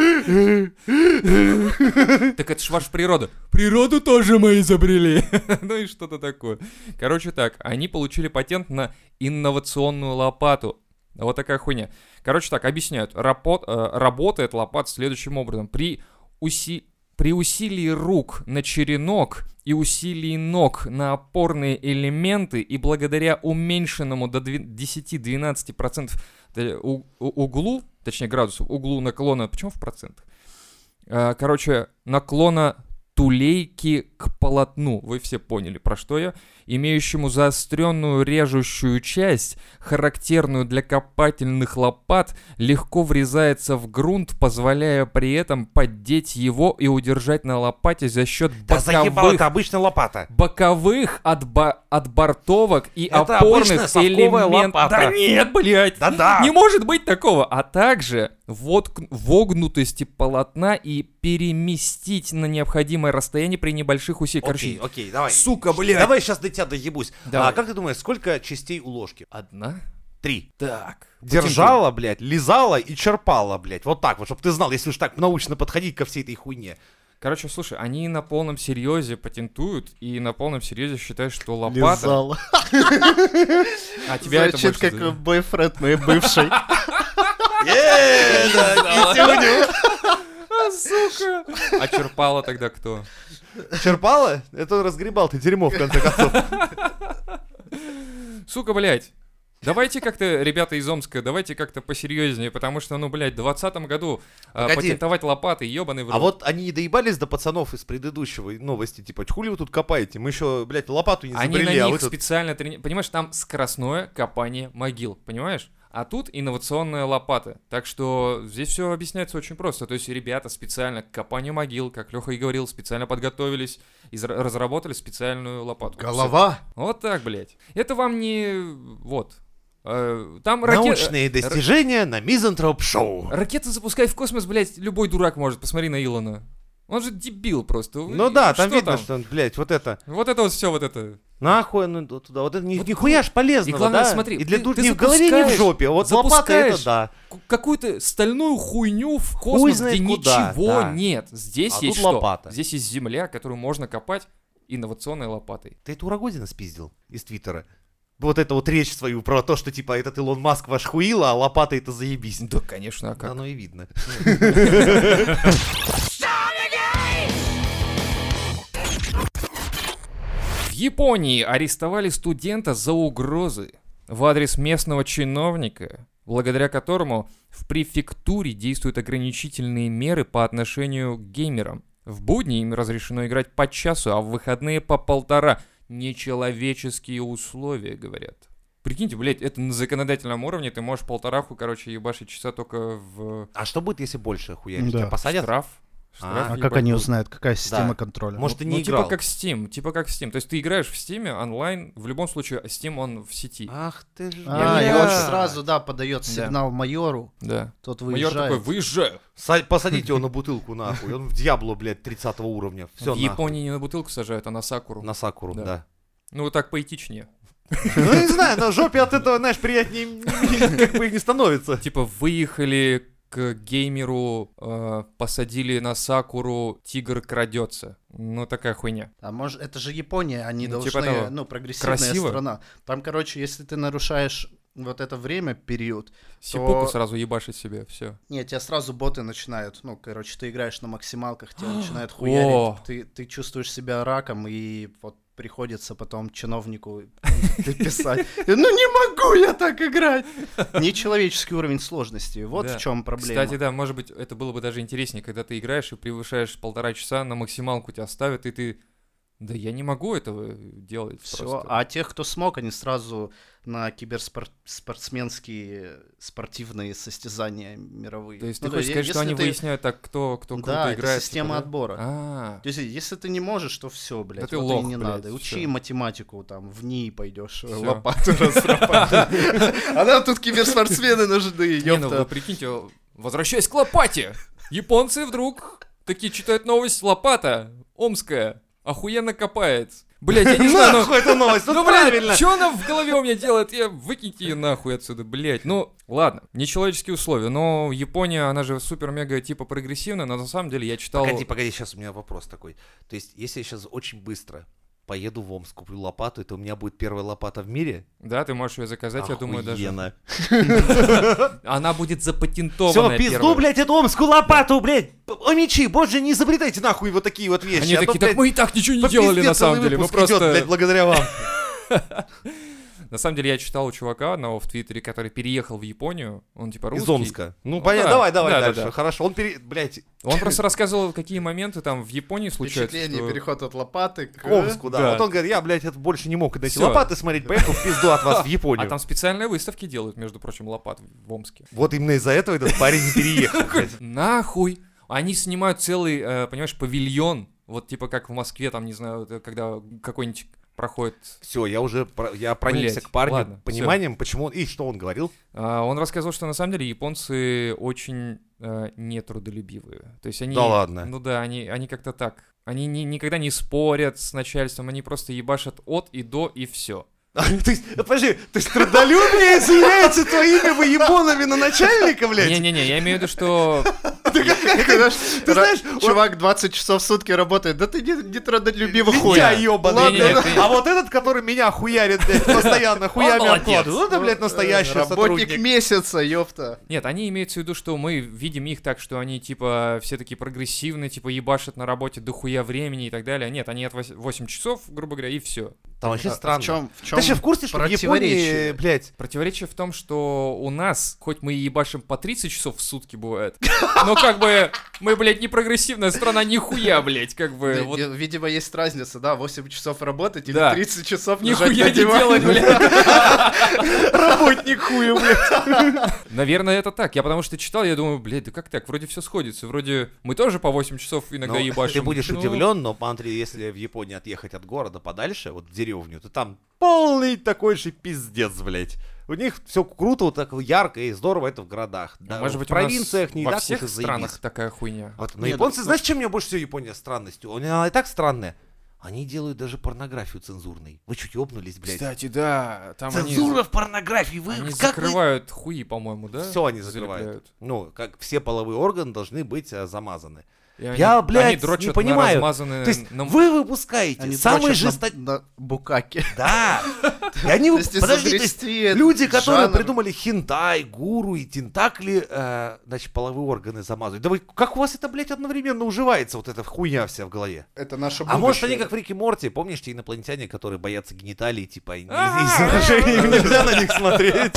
[SPEAKER 3] Так это ж ваша природа. Природу тоже мы изобрели. Ну и что-то такое. Короче так, они получили патент на инновационную лопату. Вот такая хуйня. Короче так, объясняют. Рапо- э, Работает лопата следующим образом. При уси... При усилии рук на черенок и усилии ног на опорные элементы и благодаря уменьшенному до две- 10-12% т- у- у- углу, точнее градусу, углу А, наклона, почему в процентах? Э, Короче, наклона тулейки к полотну. Вы все поняли, про что я. Имеющему заостренную режущую часть, характерную для копательных лопат, легко врезается в грунт, позволяя при этом поддеть его и удержать на лопате за счет
[SPEAKER 4] Да заебал,
[SPEAKER 3] боковых
[SPEAKER 4] это обычная лопата.
[SPEAKER 3] боковых отба- отбортовок и
[SPEAKER 4] Это обычная
[SPEAKER 3] опорных
[SPEAKER 4] совковая
[SPEAKER 3] элементов.
[SPEAKER 4] лопата.
[SPEAKER 3] Да нет, блядь!
[SPEAKER 4] Да-да.
[SPEAKER 3] Не может быть такого! А также вотк- вогнутости полотна и переместить на необходимое расстояние при небольших усилиях.
[SPEAKER 4] Окей,
[SPEAKER 3] Короче,
[SPEAKER 4] окей, давай.
[SPEAKER 3] сука, блядь!
[SPEAKER 4] Давай сейчас до тебя доебусь.
[SPEAKER 3] Давай.
[SPEAKER 4] А как ты думаешь, сколько частей у ложки?
[SPEAKER 3] Одна?
[SPEAKER 4] Три.
[SPEAKER 3] Так.
[SPEAKER 4] Держала, блядь, лизала и черпала, блядь. Вот так вот, чтобы ты знал, если уж так научно подходить ко всей этой хуйне.
[SPEAKER 3] Короче, слушай, они на полном серьезе патентуют и на полном серьезе считают, что лопата... А тебя это
[SPEAKER 2] Звучит
[SPEAKER 3] больше
[SPEAKER 2] как
[SPEAKER 3] задел-
[SPEAKER 2] бойфренд моей бывшей.
[SPEAKER 3] А, сука! А черпала тогда кто?
[SPEAKER 4] Черпала? Это он разгребал ты дерьмо, в конце концов.
[SPEAKER 3] Сука, блядь. Давайте как-то, ребята из Омска, давайте как-то посерьезнее, потому что, ну, блядь, в 2020 году а,
[SPEAKER 4] Погоди.
[SPEAKER 3] патентовать лопаты, ебаный в
[SPEAKER 4] А
[SPEAKER 3] рот.
[SPEAKER 4] вот они не доебались до пацанов из предыдущего новости, типа, хули вы тут копаете? Мы еще, блядь, лопату не
[SPEAKER 3] Они на
[SPEAKER 4] изобрели,
[SPEAKER 3] них
[SPEAKER 4] а вы тут...
[SPEAKER 3] специально трени... Понимаешь, там скоростное копание могил, понимаешь? А тут инновационная лопата. Так что здесь все объясняется очень просто. То есть ребята специально к копанию могил, как Леха и говорил, специально подготовились и зра- разработали специальную лопату.
[SPEAKER 2] Голова.
[SPEAKER 3] Всё. Вот так, блядь. Это вам не... Вот. Э, Там раке-
[SPEAKER 4] Научные достижения на Мизантроп-шоу.
[SPEAKER 3] Ракеты запускай в космос, блядь, любой дурак может. Посмотри на Илона. Он же дебил просто.
[SPEAKER 4] Ну да, там
[SPEAKER 3] Что
[SPEAKER 4] видно, что, он, блядь, вот это.
[SPEAKER 3] Вот это вот все, вот это.
[SPEAKER 4] Нахуй, ну т- туда, вот это ни-
[SPEAKER 3] Вот ну,
[SPEAKER 4] нихуя ж полезного,
[SPEAKER 3] и главное,
[SPEAKER 4] да?
[SPEAKER 3] смотри,
[SPEAKER 4] и для
[SPEAKER 3] ты-
[SPEAKER 4] дурни
[SPEAKER 3] ты
[SPEAKER 4] в голове, не в
[SPEAKER 3] запускаешь-
[SPEAKER 4] жопе, а вот лопата
[SPEAKER 3] запускаешь
[SPEAKER 4] это да.
[SPEAKER 3] К- Какую-то стальную хуйню в космос,
[SPEAKER 4] знает
[SPEAKER 3] где
[SPEAKER 4] куда,
[SPEAKER 3] ничего
[SPEAKER 4] да.
[SPEAKER 3] нет. Здесь
[SPEAKER 4] А
[SPEAKER 3] есть
[SPEAKER 4] тут
[SPEAKER 3] что?
[SPEAKER 4] лопата.
[SPEAKER 3] Здесь есть земля, которую можно копать инновационной лопатой.
[SPEAKER 4] Ты эту Рогозина спиздил из Твиттера? Вот это вот речь свою про то, что типа этот Илон Маск ваш хуила, а лопата это заебись.
[SPEAKER 3] Да, конечно, а как?
[SPEAKER 4] Оно и видно.
[SPEAKER 3] В Японии арестовали студента за угрозы в адрес местного чиновника, благодаря которому в префектуре действуют ограничительные меры по отношению к геймерам. В будни им разрешено играть по часу, а в выходные по полтора. Нечеловеческие условия, говорят. Прикиньте, блядь, это на законодательном уровне, ты можешь полтораху, короче, ебашить часа только в
[SPEAKER 4] А что будет, если больше хуяришь?
[SPEAKER 2] Да.
[SPEAKER 4] Тебя посадят?
[SPEAKER 3] штраф.
[SPEAKER 4] А
[SPEAKER 2] А как
[SPEAKER 3] ебать,
[SPEAKER 2] они
[SPEAKER 3] будет.
[SPEAKER 2] узнают, какая система контроля?
[SPEAKER 4] Может, ты
[SPEAKER 3] Ну,
[SPEAKER 4] не
[SPEAKER 3] типа
[SPEAKER 4] играл?
[SPEAKER 3] как Steam, типа как Steam. То есть ты играешь в Steam онлайн, в любом случае Steam он в сети.
[SPEAKER 4] Ах ты ж...
[SPEAKER 2] А, и
[SPEAKER 4] блядь.
[SPEAKER 2] он сразу, да, подает
[SPEAKER 3] Да.
[SPEAKER 2] сигнал майору,
[SPEAKER 3] Да.
[SPEAKER 2] тот
[SPEAKER 3] Майор такой,
[SPEAKER 2] выезжает.
[SPEAKER 3] выезжаю.
[SPEAKER 4] Са- Посадите его на бутылку нахуй, он в Диабло, блядь, 30 уровня. Все,
[SPEAKER 3] в Японии не на бутылку сажают, а на сакуру.
[SPEAKER 4] На Сакуру,
[SPEAKER 3] Да.
[SPEAKER 4] да.
[SPEAKER 3] Ну, так поэтичнее.
[SPEAKER 4] Ну, не знаю, на жопе от этого, знаешь, приятнее м, как бы и не становится.
[SPEAKER 3] Типа, выехали к геймеру, э, посадили на сакуру, тигр крадется. Ну, такая хуйня.
[SPEAKER 2] А может, это же Япония, они
[SPEAKER 3] Ну,
[SPEAKER 2] должны,
[SPEAKER 3] типа того.
[SPEAKER 2] ну, прогрессивная
[SPEAKER 3] Красиво.
[SPEAKER 2] страна. Там, короче, если ты нарушаешь вот это время, период,
[SPEAKER 3] Сипуку
[SPEAKER 2] То-
[SPEAKER 3] сразу ебашить себе, все.
[SPEAKER 2] нет, тебя сразу боты начинают, ну, короче, ты играешь на максималках, тебя начинают хуярить,
[SPEAKER 3] О.
[SPEAKER 2] ты, ты чувствуешь себя раком, и вот приходится потом чиновнику ты писать. Ну не могу я так играть! Нечеловеческий уровень сложности, вот
[SPEAKER 3] Да.
[SPEAKER 2] в чем
[SPEAKER 3] Кстати,
[SPEAKER 2] проблема.
[SPEAKER 3] да, может быть, это было бы даже интереснее, когда ты играешь и превышаешь полтора часа, на максималку тебя ставят, и ты... Да я не могу этого э, делать
[SPEAKER 2] Все,
[SPEAKER 3] просто.
[SPEAKER 2] а тех, кто смог, они сразу на киберспортсменские спортивные состязания мировые.
[SPEAKER 3] То есть
[SPEAKER 2] Ну,
[SPEAKER 3] ты хочешь
[SPEAKER 2] е-
[SPEAKER 3] сказать, что
[SPEAKER 2] если
[SPEAKER 3] они
[SPEAKER 2] ты-
[SPEAKER 3] выясняют так, кто, кто круто играет?
[SPEAKER 2] Да, это
[SPEAKER 3] типа, да?
[SPEAKER 2] система отбора.
[SPEAKER 3] А,
[SPEAKER 2] То есть, если ты не можешь, то все, блядь,
[SPEAKER 3] ты
[SPEAKER 2] вот и
[SPEAKER 3] лох,
[SPEAKER 2] не
[SPEAKER 3] блядь,
[SPEAKER 2] надо. Учи
[SPEAKER 3] всё.
[SPEAKER 2] математику, там, в ней пойдешь,
[SPEAKER 3] Всё.
[SPEAKER 2] лопату разрабатывать. А нам тут киберспортсмены нужны,
[SPEAKER 3] Не, ну вы
[SPEAKER 2] ёпта.
[SPEAKER 3] прикиньте, возвращаясь к лопате. Японцы вдруг такие читают новость, лопата омская охуенно копает. Блять, я не знаю, ну...
[SPEAKER 4] Нахуй эта новость, ну
[SPEAKER 3] Ну, блядь,
[SPEAKER 4] правильно.
[SPEAKER 3] что она в голове у меня делает? Я выкиньте ее нахуй отсюда, блядь. Ну, ладно, нечеловеческие условия, но Япония, она же супер-мега типа прогрессивная, но на самом деле я читал...
[SPEAKER 4] Погоди, погоди, сейчас у меня вопрос такой. То есть, если я сейчас очень быстро поеду в Омск, куплю лопату, это у меня будет первая лопата в мире?
[SPEAKER 3] Да, ты можешь ее заказать, я думаю, даже.
[SPEAKER 4] Охуенно.
[SPEAKER 3] Она будет запатентована.
[SPEAKER 4] Все, пизду, блядь, эту омскую лопату, блядь. О, мечи, боже, не изобретайте нахуй вот такие вот вещи.
[SPEAKER 3] Они
[SPEAKER 4] а то,
[SPEAKER 3] такие, так
[SPEAKER 4] блядь,
[SPEAKER 3] мы и так ничего не
[SPEAKER 4] по
[SPEAKER 3] делали
[SPEAKER 4] пизде
[SPEAKER 3] на
[SPEAKER 4] целый
[SPEAKER 3] самом деле, мы
[SPEAKER 4] выпуск идет,
[SPEAKER 3] просто...
[SPEAKER 4] блядь, благодаря вам.
[SPEAKER 3] На самом деле я читал у чувака одного в Твиттере, который переехал в Японию. Он типа русский.
[SPEAKER 4] Из Омска. Ну,
[SPEAKER 3] Ну
[SPEAKER 4] понятно,
[SPEAKER 3] да,
[SPEAKER 4] давай, давай
[SPEAKER 3] да, да,
[SPEAKER 4] дальше.
[SPEAKER 3] да.
[SPEAKER 4] Хорошо, он пере... Блядь,
[SPEAKER 3] Он просто рассказывал, какие моменты там в Японии случаются.
[SPEAKER 2] Впечатление,
[SPEAKER 3] что-
[SPEAKER 2] переход от лопаты к...
[SPEAKER 4] к Омску, да.
[SPEAKER 3] Да.
[SPEAKER 4] Вот он говорит, я, блядь, это больше не мог. И на эти
[SPEAKER 3] Всё.
[SPEAKER 4] лопаты смотреть, поехал в пизду от вас в Японию.
[SPEAKER 3] А там специальные выставки делают, между прочим, лопат в Омске.
[SPEAKER 4] Вот именно из-за этого этот парень не переехал. блядь.
[SPEAKER 3] Нахуй! Они снимают целый, э, понимаешь, павильон. Вот типа как в Москве, там, не знаю, вот, э, когда какой-нибудь проходит...
[SPEAKER 4] Все, я уже про- я проникся
[SPEAKER 3] Блядь,
[SPEAKER 4] к парню
[SPEAKER 3] ладно,
[SPEAKER 4] пониманием, почему он... И что он говорил?
[SPEAKER 3] А, он рассказывал, что на самом деле японцы очень э, нетрудолюбивые. То есть они...
[SPEAKER 4] Да ладно.
[SPEAKER 3] Ну да, они, они как-то так. Они ни- никогда не спорят с начальством, они просто ебашат от и до и все.
[SPEAKER 4] То есть, э, подожди, то есть трудолюбие изъявляется твоими выебонами на начальника, блядь?
[SPEAKER 3] Не-не-не, я имею в виду, что...
[SPEAKER 2] Когда ж
[SPEAKER 4] Ты
[SPEAKER 2] ра-
[SPEAKER 4] знаешь,
[SPEAKER 2] чувак 20 часов в сутки работает, да ты не, не трудолюбивый хуй.
[SPEAKER 4] Лентяй ёбаный.
[SPEAKER 3] Ладно, Не-не-не, ты-
[SPEAKER 4] А вот этот, который меня хуярит, блядь, постоянно хуями
[SPEAKER 5] молодец.
[SPEAKER 4] обкладывает. Ну, это, блядь, настоящий
[SPEAKER 2] Э, Работник
[SPEAKER 4] сотрудник.
[SPEAKER 2] месяца, ёпта.
[SPEAKER 3] Нет, они имеются в виду, что мы видим их так, что они, типа, все такие прогрессивные, типа, ебашат на работе дохуя времени и так далее. Нет, они от 8 часов, грубо говоря, и все.
[SPEAKER 4] Там вообще
[SPEAKER 2] А
[SPEAKER 4] странно.
[SPEAKER 2] В чем, в чем
[SPEAKER 4] Ты же в курсе, что в Японии,
[SPEAKER 2] противоречие?
[SPEAKER 4] блядь,
[SPEAKER 3] Противоречие в том, что у нас, хоть мы и ебашим по 30 часов в сутки бывает, но как бы мы, блядь, не прогрессивная страна, нихуя, блядь, как бы.
[SPEAKER 2] Да,
[SPEAKER 3] вот
[SPEAKER 2] ви- Видимо, есть разница, да, 8 часов работать или
[SPEAKER 3] Да.
[SPEAKER 2] 30 часов лежать
[SPEAKER 3] Нихуя
[SPEAKER 2] на
[SPEAKER 3] не делать,
[SPEAKER 2] диване.
[SPEAKER 3] блядь.
[SPEAKER 2] Работник хуя, блядь.
[SPEAKER 3] Наверное, это так. Я потому что читал, я думаю, блядь, да как так? Вроде все сходится. Вроде мы тоже по 8 часов иногда
[SPEAKER 4] Ну,
[SPEAKER 3] ебашим.
[SPEAKER 4] Ты будешь
[SPEAKER 3] Ну,
[SPEAKER 4] удивлен, но смотри, если в Японии отъехать от города подальше, вот в деревню, то там полный такой же пиздец, блядь. У них все круто, вот так ярко и здорово это в городах. Да,
[SPEAKER 3] Может быть,
[SPEAKER 4] в провинциях не
[SPEAKER 3] во
[SPEAKER 4] так
[SPEAKER 3] всех
[SPEAKER 4] уж и заебись.
[SPEAKER 3] странах такая хуйня.
[SPEAKER 4] Вот, но
[SPEAKER 2] Не, да,
[SPEAKER 4] японцы,
[SPEAKER 2] ну-
[SPEAKER 4] знаешь, чем мне больше всего Япония странностью? У меня она и так странная. Они делают даже порнографию цензурной. Вы чуть ёбнулись, блядь.
[SPEAKER 3] Кстати, да, там они,
[SPEAKER 4] Цензура в порнографии. Вы
[SPEAKER 3] они
[SPEAKER 4] как вы
[SPEAKER 3] закрывают хуи, по-моему, да?
[SPEAKER 4] Все они закрывают.
[SPEAKER 3] Залепляют.
[SPEAKER 4] Ну, как все половые органы должны быть э, замазаны.
[SPEAKER 3] И они-
[SPEAKER 4] Я,
[SPEAKER 3] они
[SPEAKER 4] блядь,
[SPEAKER 3] дрочат
[SPEAKER 4] не
[SPEAKER 3] на
[SPEAKER 4] понимаю.
[SPEAKER 3] размазанные
[SPEAKER 4] То есть
[SPEAKER 3] на-
[SPEAKER 4] вы выпускаете
[SPEAKER 2] Они
[SPEAKER 4] самые
[SPEAKER 2] дрочат на-
[SPEAKER 4] жесточ...
[SPEAKER 2] На букаке.
[SPEAKER 4] Да. И они...
[SPEAKER 2] То
[SPEAKER 4] вы-
[SPEAKER 2] есть
[SPEAKER 4] Подожди, то есть
[SPEAKER 2] изобрести этот
[SPEAKER 4] люди, которые
[SPEAKER 2] жанр.
[SPEAKER 4] придумали хентай, гуру и тентакли, э, значит, половые органы замазывают. Да вы, как у вас это, блядь, одновременно уживается, вот эта хуйня вся в голове?
[SPEAKER 2] Это наше
[SPEAKER 4] А
[SPEAKER 2] будущее.
[SPEAKER 4] может, они как в Рике Морти, помнишь, те инопланетяне, которые боятся гениталий, типа, и не-
[SPEAKER 3] А!
[SPEAKER 4] и с выражением нельзя на них смотреть?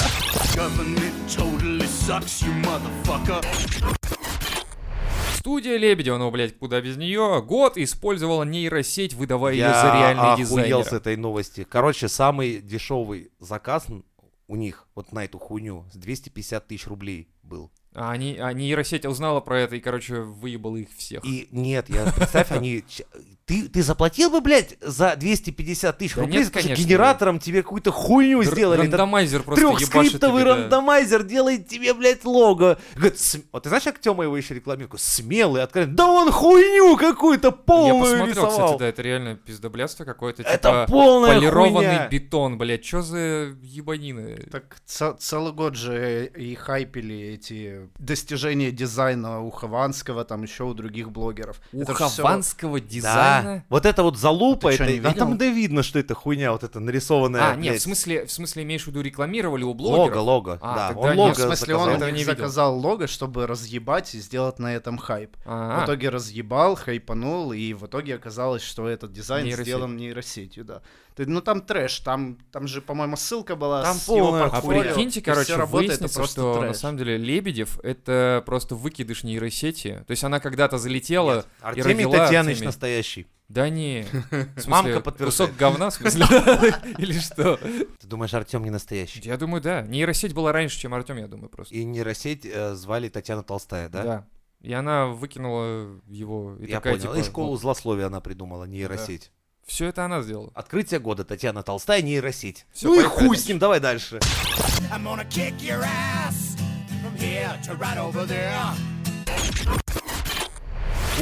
[SPEAKER 3] Студия Лебедева, ну, блядь, куда без нее, год использовала нейросеть, выдавая ее за
[SPEAKER 4] Я
[SPEAKER 3] реальный
[SPEAKER 4] охуел с
[SPEAKER 3] дизайнер.
[SPEAKER 4] этой новости. Короче, самый дешевый заказ н- у них вот на эту хуйню с 250 тысяч рублей был.
[SPEAKER 3] А, они, а нейросеть узнала про это и, короче, выебала их всех.
[SPEAKER 4] И нет, я представь, они... ч- Ты, ты заплатил бы, блядь, за 250 тысяч
[SPEAKER 3] Да
[SPEAKER 4] рублей,
[SPEAKER 3] нет,
[SPEAKER 4] потому что
[SPEAKER 3] конечно,
[SPEAKER 4] генератором тебе какую-то хуйню
[SPEAKER 3] Р-
[SPEAKER 4] сделали. Это
[SPEAKER 3] Рандомайзер просто ебашит
[SPEAKER 4] Трехскриптовый
[SPEAKER 3] тебе, да.
[SPEAKER 4] рандомайзер делает тебе, блядь, лого. Говорит, «См- вот ты знаешь, как Тёма его еще рекламировал? Смелый, откровенный. Да он хуйню какую-то
[SPEAKER 3] Я
[SPEAKER 4] полную
[SPEAKER 3] посмотрел,
[SPEAKER 4] рисовал.
[SPEAKER 3] кстати, да, это реально пиздоблядство какое-то, типа
[SPEAKER 4] Это полная
[SPEAKER 3] полированный
[SPEAKER 4] хуйня.
[SPEAKER 3] бетон, блядь, что за ебанины?
[SPEAKER 2] Так ц- целый год же и хайпели эти достижения дизайна у Хованского, там еще у других блогеров.
[SPEAKER 3] У
[SPEAKER 2] Это ж всё-
[SPEAKER 3] хованского
[SPEAKER 4] Да.
[SPEAKER 3] дизайна?
[SPEAKER 4] Вот это вот залупа,
[SPEAKER 2] А ты чё,
[SPEAKER 4] это,
[SPEAKER 2] не
[SPEAKER 4] а там
[SPEAKER 2] видел?
[SPEAKER 4] да видно, что это хуйня, вот это нарисованная.
[SPEAKER 3] А, нет,
[SPEAKER 4] блядь,
[SPEAKER 3] в смысле, в смысле, имеешь в виду, рекламировали у блогеров?
[SPEAKER 4] Лого, лого.
[SPEAKER 3] А,
[SPEAKER 4] да,
[SPEAKER 3] тогда
[SPEAKER 4] он
[SPEAKER 3] нет,
[SPEAKER 2] Ну,
[SPEAKER 4] лого
[SPEAKER 2] в смысле,
[SPEAKER 4] заказал.
[SPEAKER 2] он
[SPEAKER 3] Этого
[SPEAKER 2] у них
[SPEAKER 3] не видел.
[SPEAKER 2] заказал лого, чтобы разъебать и сделать на этом хайп.
[SPEAKER 3] А,
[SPEAKER 2] В итоге разъебал, хайпанул, и в итоге оказалось, что этот дизайн
[SPEAKER 3] Нейросеть.
[SPEAKER 2] сделан нейросетью, да. Ты- ну там трэш, там, там же, по-моему, ссылка была
[SPEAKER 4] Там
[SPEAKER 2] с его
[SPEAKER 4] полная
[SPEAKER 3] А
[SPEAKER 2] портфолио.
[SPEAKER 4] хуйня.
[SPEAKER 3] прикиньте,
[SPEAKER 2] и
[SPEAKER 3] короче,
[SPEAKER 2] всё работает, это
[SPEAKER 3] выяснится,
[SPEAKER 2] просто
[SPEAKER 3] что на
[SPEAKER 2] трэш.
[SPEAKER 3] самом деле Лебедев это просто выкидыш нейросети. То есть она когда-то залетела
[SPEAKER 4] Нет,
[SPEAKER 3] и
[SPEAKER 4] Артемий
[SPEAKER 3] родила
[SPEAKER 4] Татьянович
[SPEAKER 3] Артемия.
[SPEAKER 4] настоящий.
[SPEAKER 3] Да не. В смысле,
[SPEAKER 4] Мамка
[SPEAKER 3] Кусок
[SPEAKER 4] подтверждает.
[SPEAKER 3] говна, в смысле? Или что?
[SPEAKER 4] Ты думаешь, Артем не настоящий?
[SPEAKER 3] Я думаю, да. Нейросеть была раньше, чем Артем, я думаю, просто.
[SPEAKER 4] И нейросеть э, звали Татьяна Толстая, да?
[SPEAKER 3] И она выкинула его. И
[SPEAKER 4] Я
[SPEAKER 3] такая,
[SPEAKER 4] понял.
[SPEAKER 3] типа,
[SPEAKER 4] и школу злословия она придумала, нейросеть.
[SPEAKER 3] Все это она сделала.
[SPEAKER 4] Открытие года Татьяна Толстая, нейросеть.
[SPEAKER 3] Всё,
[SPEAKER 4] ну и
[SPEAKER 3] поехали
[SPEAKER 4] хуй с
[SPEAKER 3] дальше.
[SPEAKER 4] ним, давай дальше.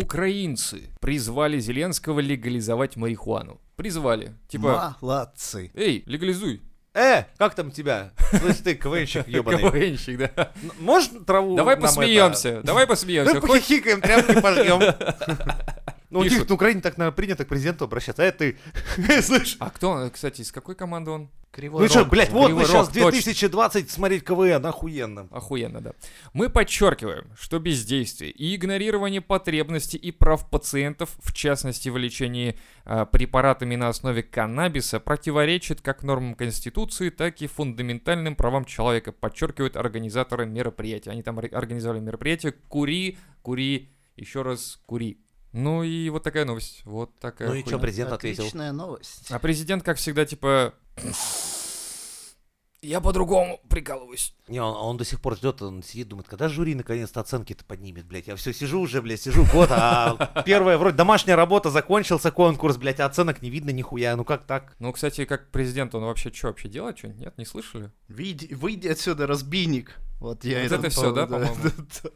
[SPEAKER 3] Украинцы призвали Зеленского легализовать марихуану. Призвали. Типа,
[SPEAKER 2] Молодцы.
[SPEAKER 3] эй, легализуй.
[SPEAKER 4] Э, как там тебя? Слышь ты, КВНщик ебаный.
[SPEAKER 3] КВНщик, да.
[SPEAKER 4] Н- Можешь траву
[SPEAKER 3] Давай
[SPEAKER 4] нам это-
[SPEAKER 3] посмеемся, давай посмеемся.
[SPEAKER 4] Давай
[SPEAKER 3] Хоть
[SPEAKER 4] похихикаем, тряпки пожгем. Ну, у них
[SPEAKER 3] Пишут.
[SPEAKER 4] на Украине так, наверное, принято к президенту обращаться. Э, ты, слышь?
[SPEAKER 3] А кто, он, кстати, из какой команды он?
[SPEAKER 2] Кривой
[SPEAKER 4] Ну что,
[SPEAKER 2] рог.
[SPEAKER 4] блядь, вот мы
[SPEAKER 3] Кривой
[SPEAKER 4] сейчас
[SPEAKER 3] Рог, точно.
[SPEAKER 4] 2020 смотреть КВН, охуенно.
[SPEAKER 3] Охуенно, да. Мы подчеркиваем, что бездействие и игнорирование потребностей и прав пациентов, в частности в лечении а, препаратами на основе каннабиса, противоречит как нормам Конституции, так и фундаментальным правам человека, подчеркивают организаторы мероприятия. Они там ори- организовали мероприятие «Кури, кури, еще раз кури». Ну и вот такая новость. Вот такая
[SPEAKER 4] Ну и
[SPEAKER 3] хуйня.
[SPEAKER 4] что, президент ответил?
[SPEAKER 2] Отличная новость.
[SPEAKER 3] А президент, как всегда, типа,
[SPEAKER 5] Я по-другому прикалываюсь.
[SPEAKER 4] Не, он, он до сих пор ждет, он сидит, думает, когда жюри наконец-то оценки-то поднимет, блядь. Я все сижу уже, блядь, сижу год, а первая вроде домашняя работа, закончился конкурс, блядь, а оценок не видно нихуя, ну как так?
[SPEAKER 3] ну, кстати, как президент, он вообще что, вообще делает что-нибудь? Нет, не слышали?
[SPEAKER 2] Види- Выйди отсюда, разбийник. Вот я
[SPEAKER 3] Вот
[SPEAKER 2] этот
[SPEAKER 3] это всё,
[SPEAKER 2] помню,
[SPEAKER 3] да, по-моему?
[SPEAKER 2] да.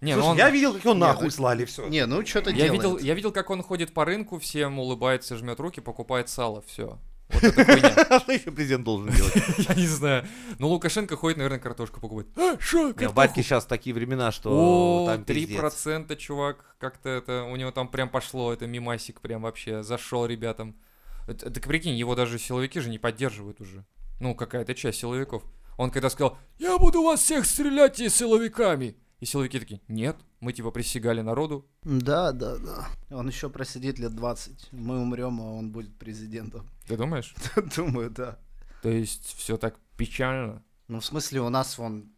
[SPEAKER 3] Не, ну
[SPEAKER 4] Слушай,
[SPEAKER 3] он-
[SPEAKER 4] я видел, как его
[SPEAKER 2] Не,
[SPEAKER 4] нахуй
[SPEAKER 2] ну-
[SPEAKER 4] слали, все.
[SPEAKER 2] Не, ну что-то
[SPEAKER 3] Я
[SPEAKER 2] делает.
[SPEAKER 3] видел, я видел, как он ходит по рынку, всем улыбается, жмет руки, покупает сало, все. Вот это хуйня.
[SPEAKER 4] А что еще президент должен делать?
[SPEAKER 3] Я не знаю. Ну, Лукашенко ходит, наверное, картошку покупает. А, шо,
[SPEAKER 4] Не, В
[SPEAKER 3] картошку?
[SPEAKER 4] батьке сейчас такие времена, что
[SPEAKER 3] О,
[SPEAKER 4] там 3%.
[SPEAKER 3] 3%, чувак, как-то это, у него там прям пошло, это мимасик прям вообще зашел ребятам. Это- Так прикинь, его даже силовики же не поддерживают уже. Ну, какая-то часть силовиков. Он когда сказал, я буду вас всех стрелять и силовиками. И силовики такие, нет, мы типа присягали народу,
[SPEAKER 2] Да, да, да. Он еще просидит лет 20. Мы умрем, а он будет президентом.
[SPEAKER 3] ты думаешь?
[SPEAKER 2] Думаю, да.
[SPEAKER 3] То есть все так печально.
[SPEAKER 2] Ну, в смысле, у нас вон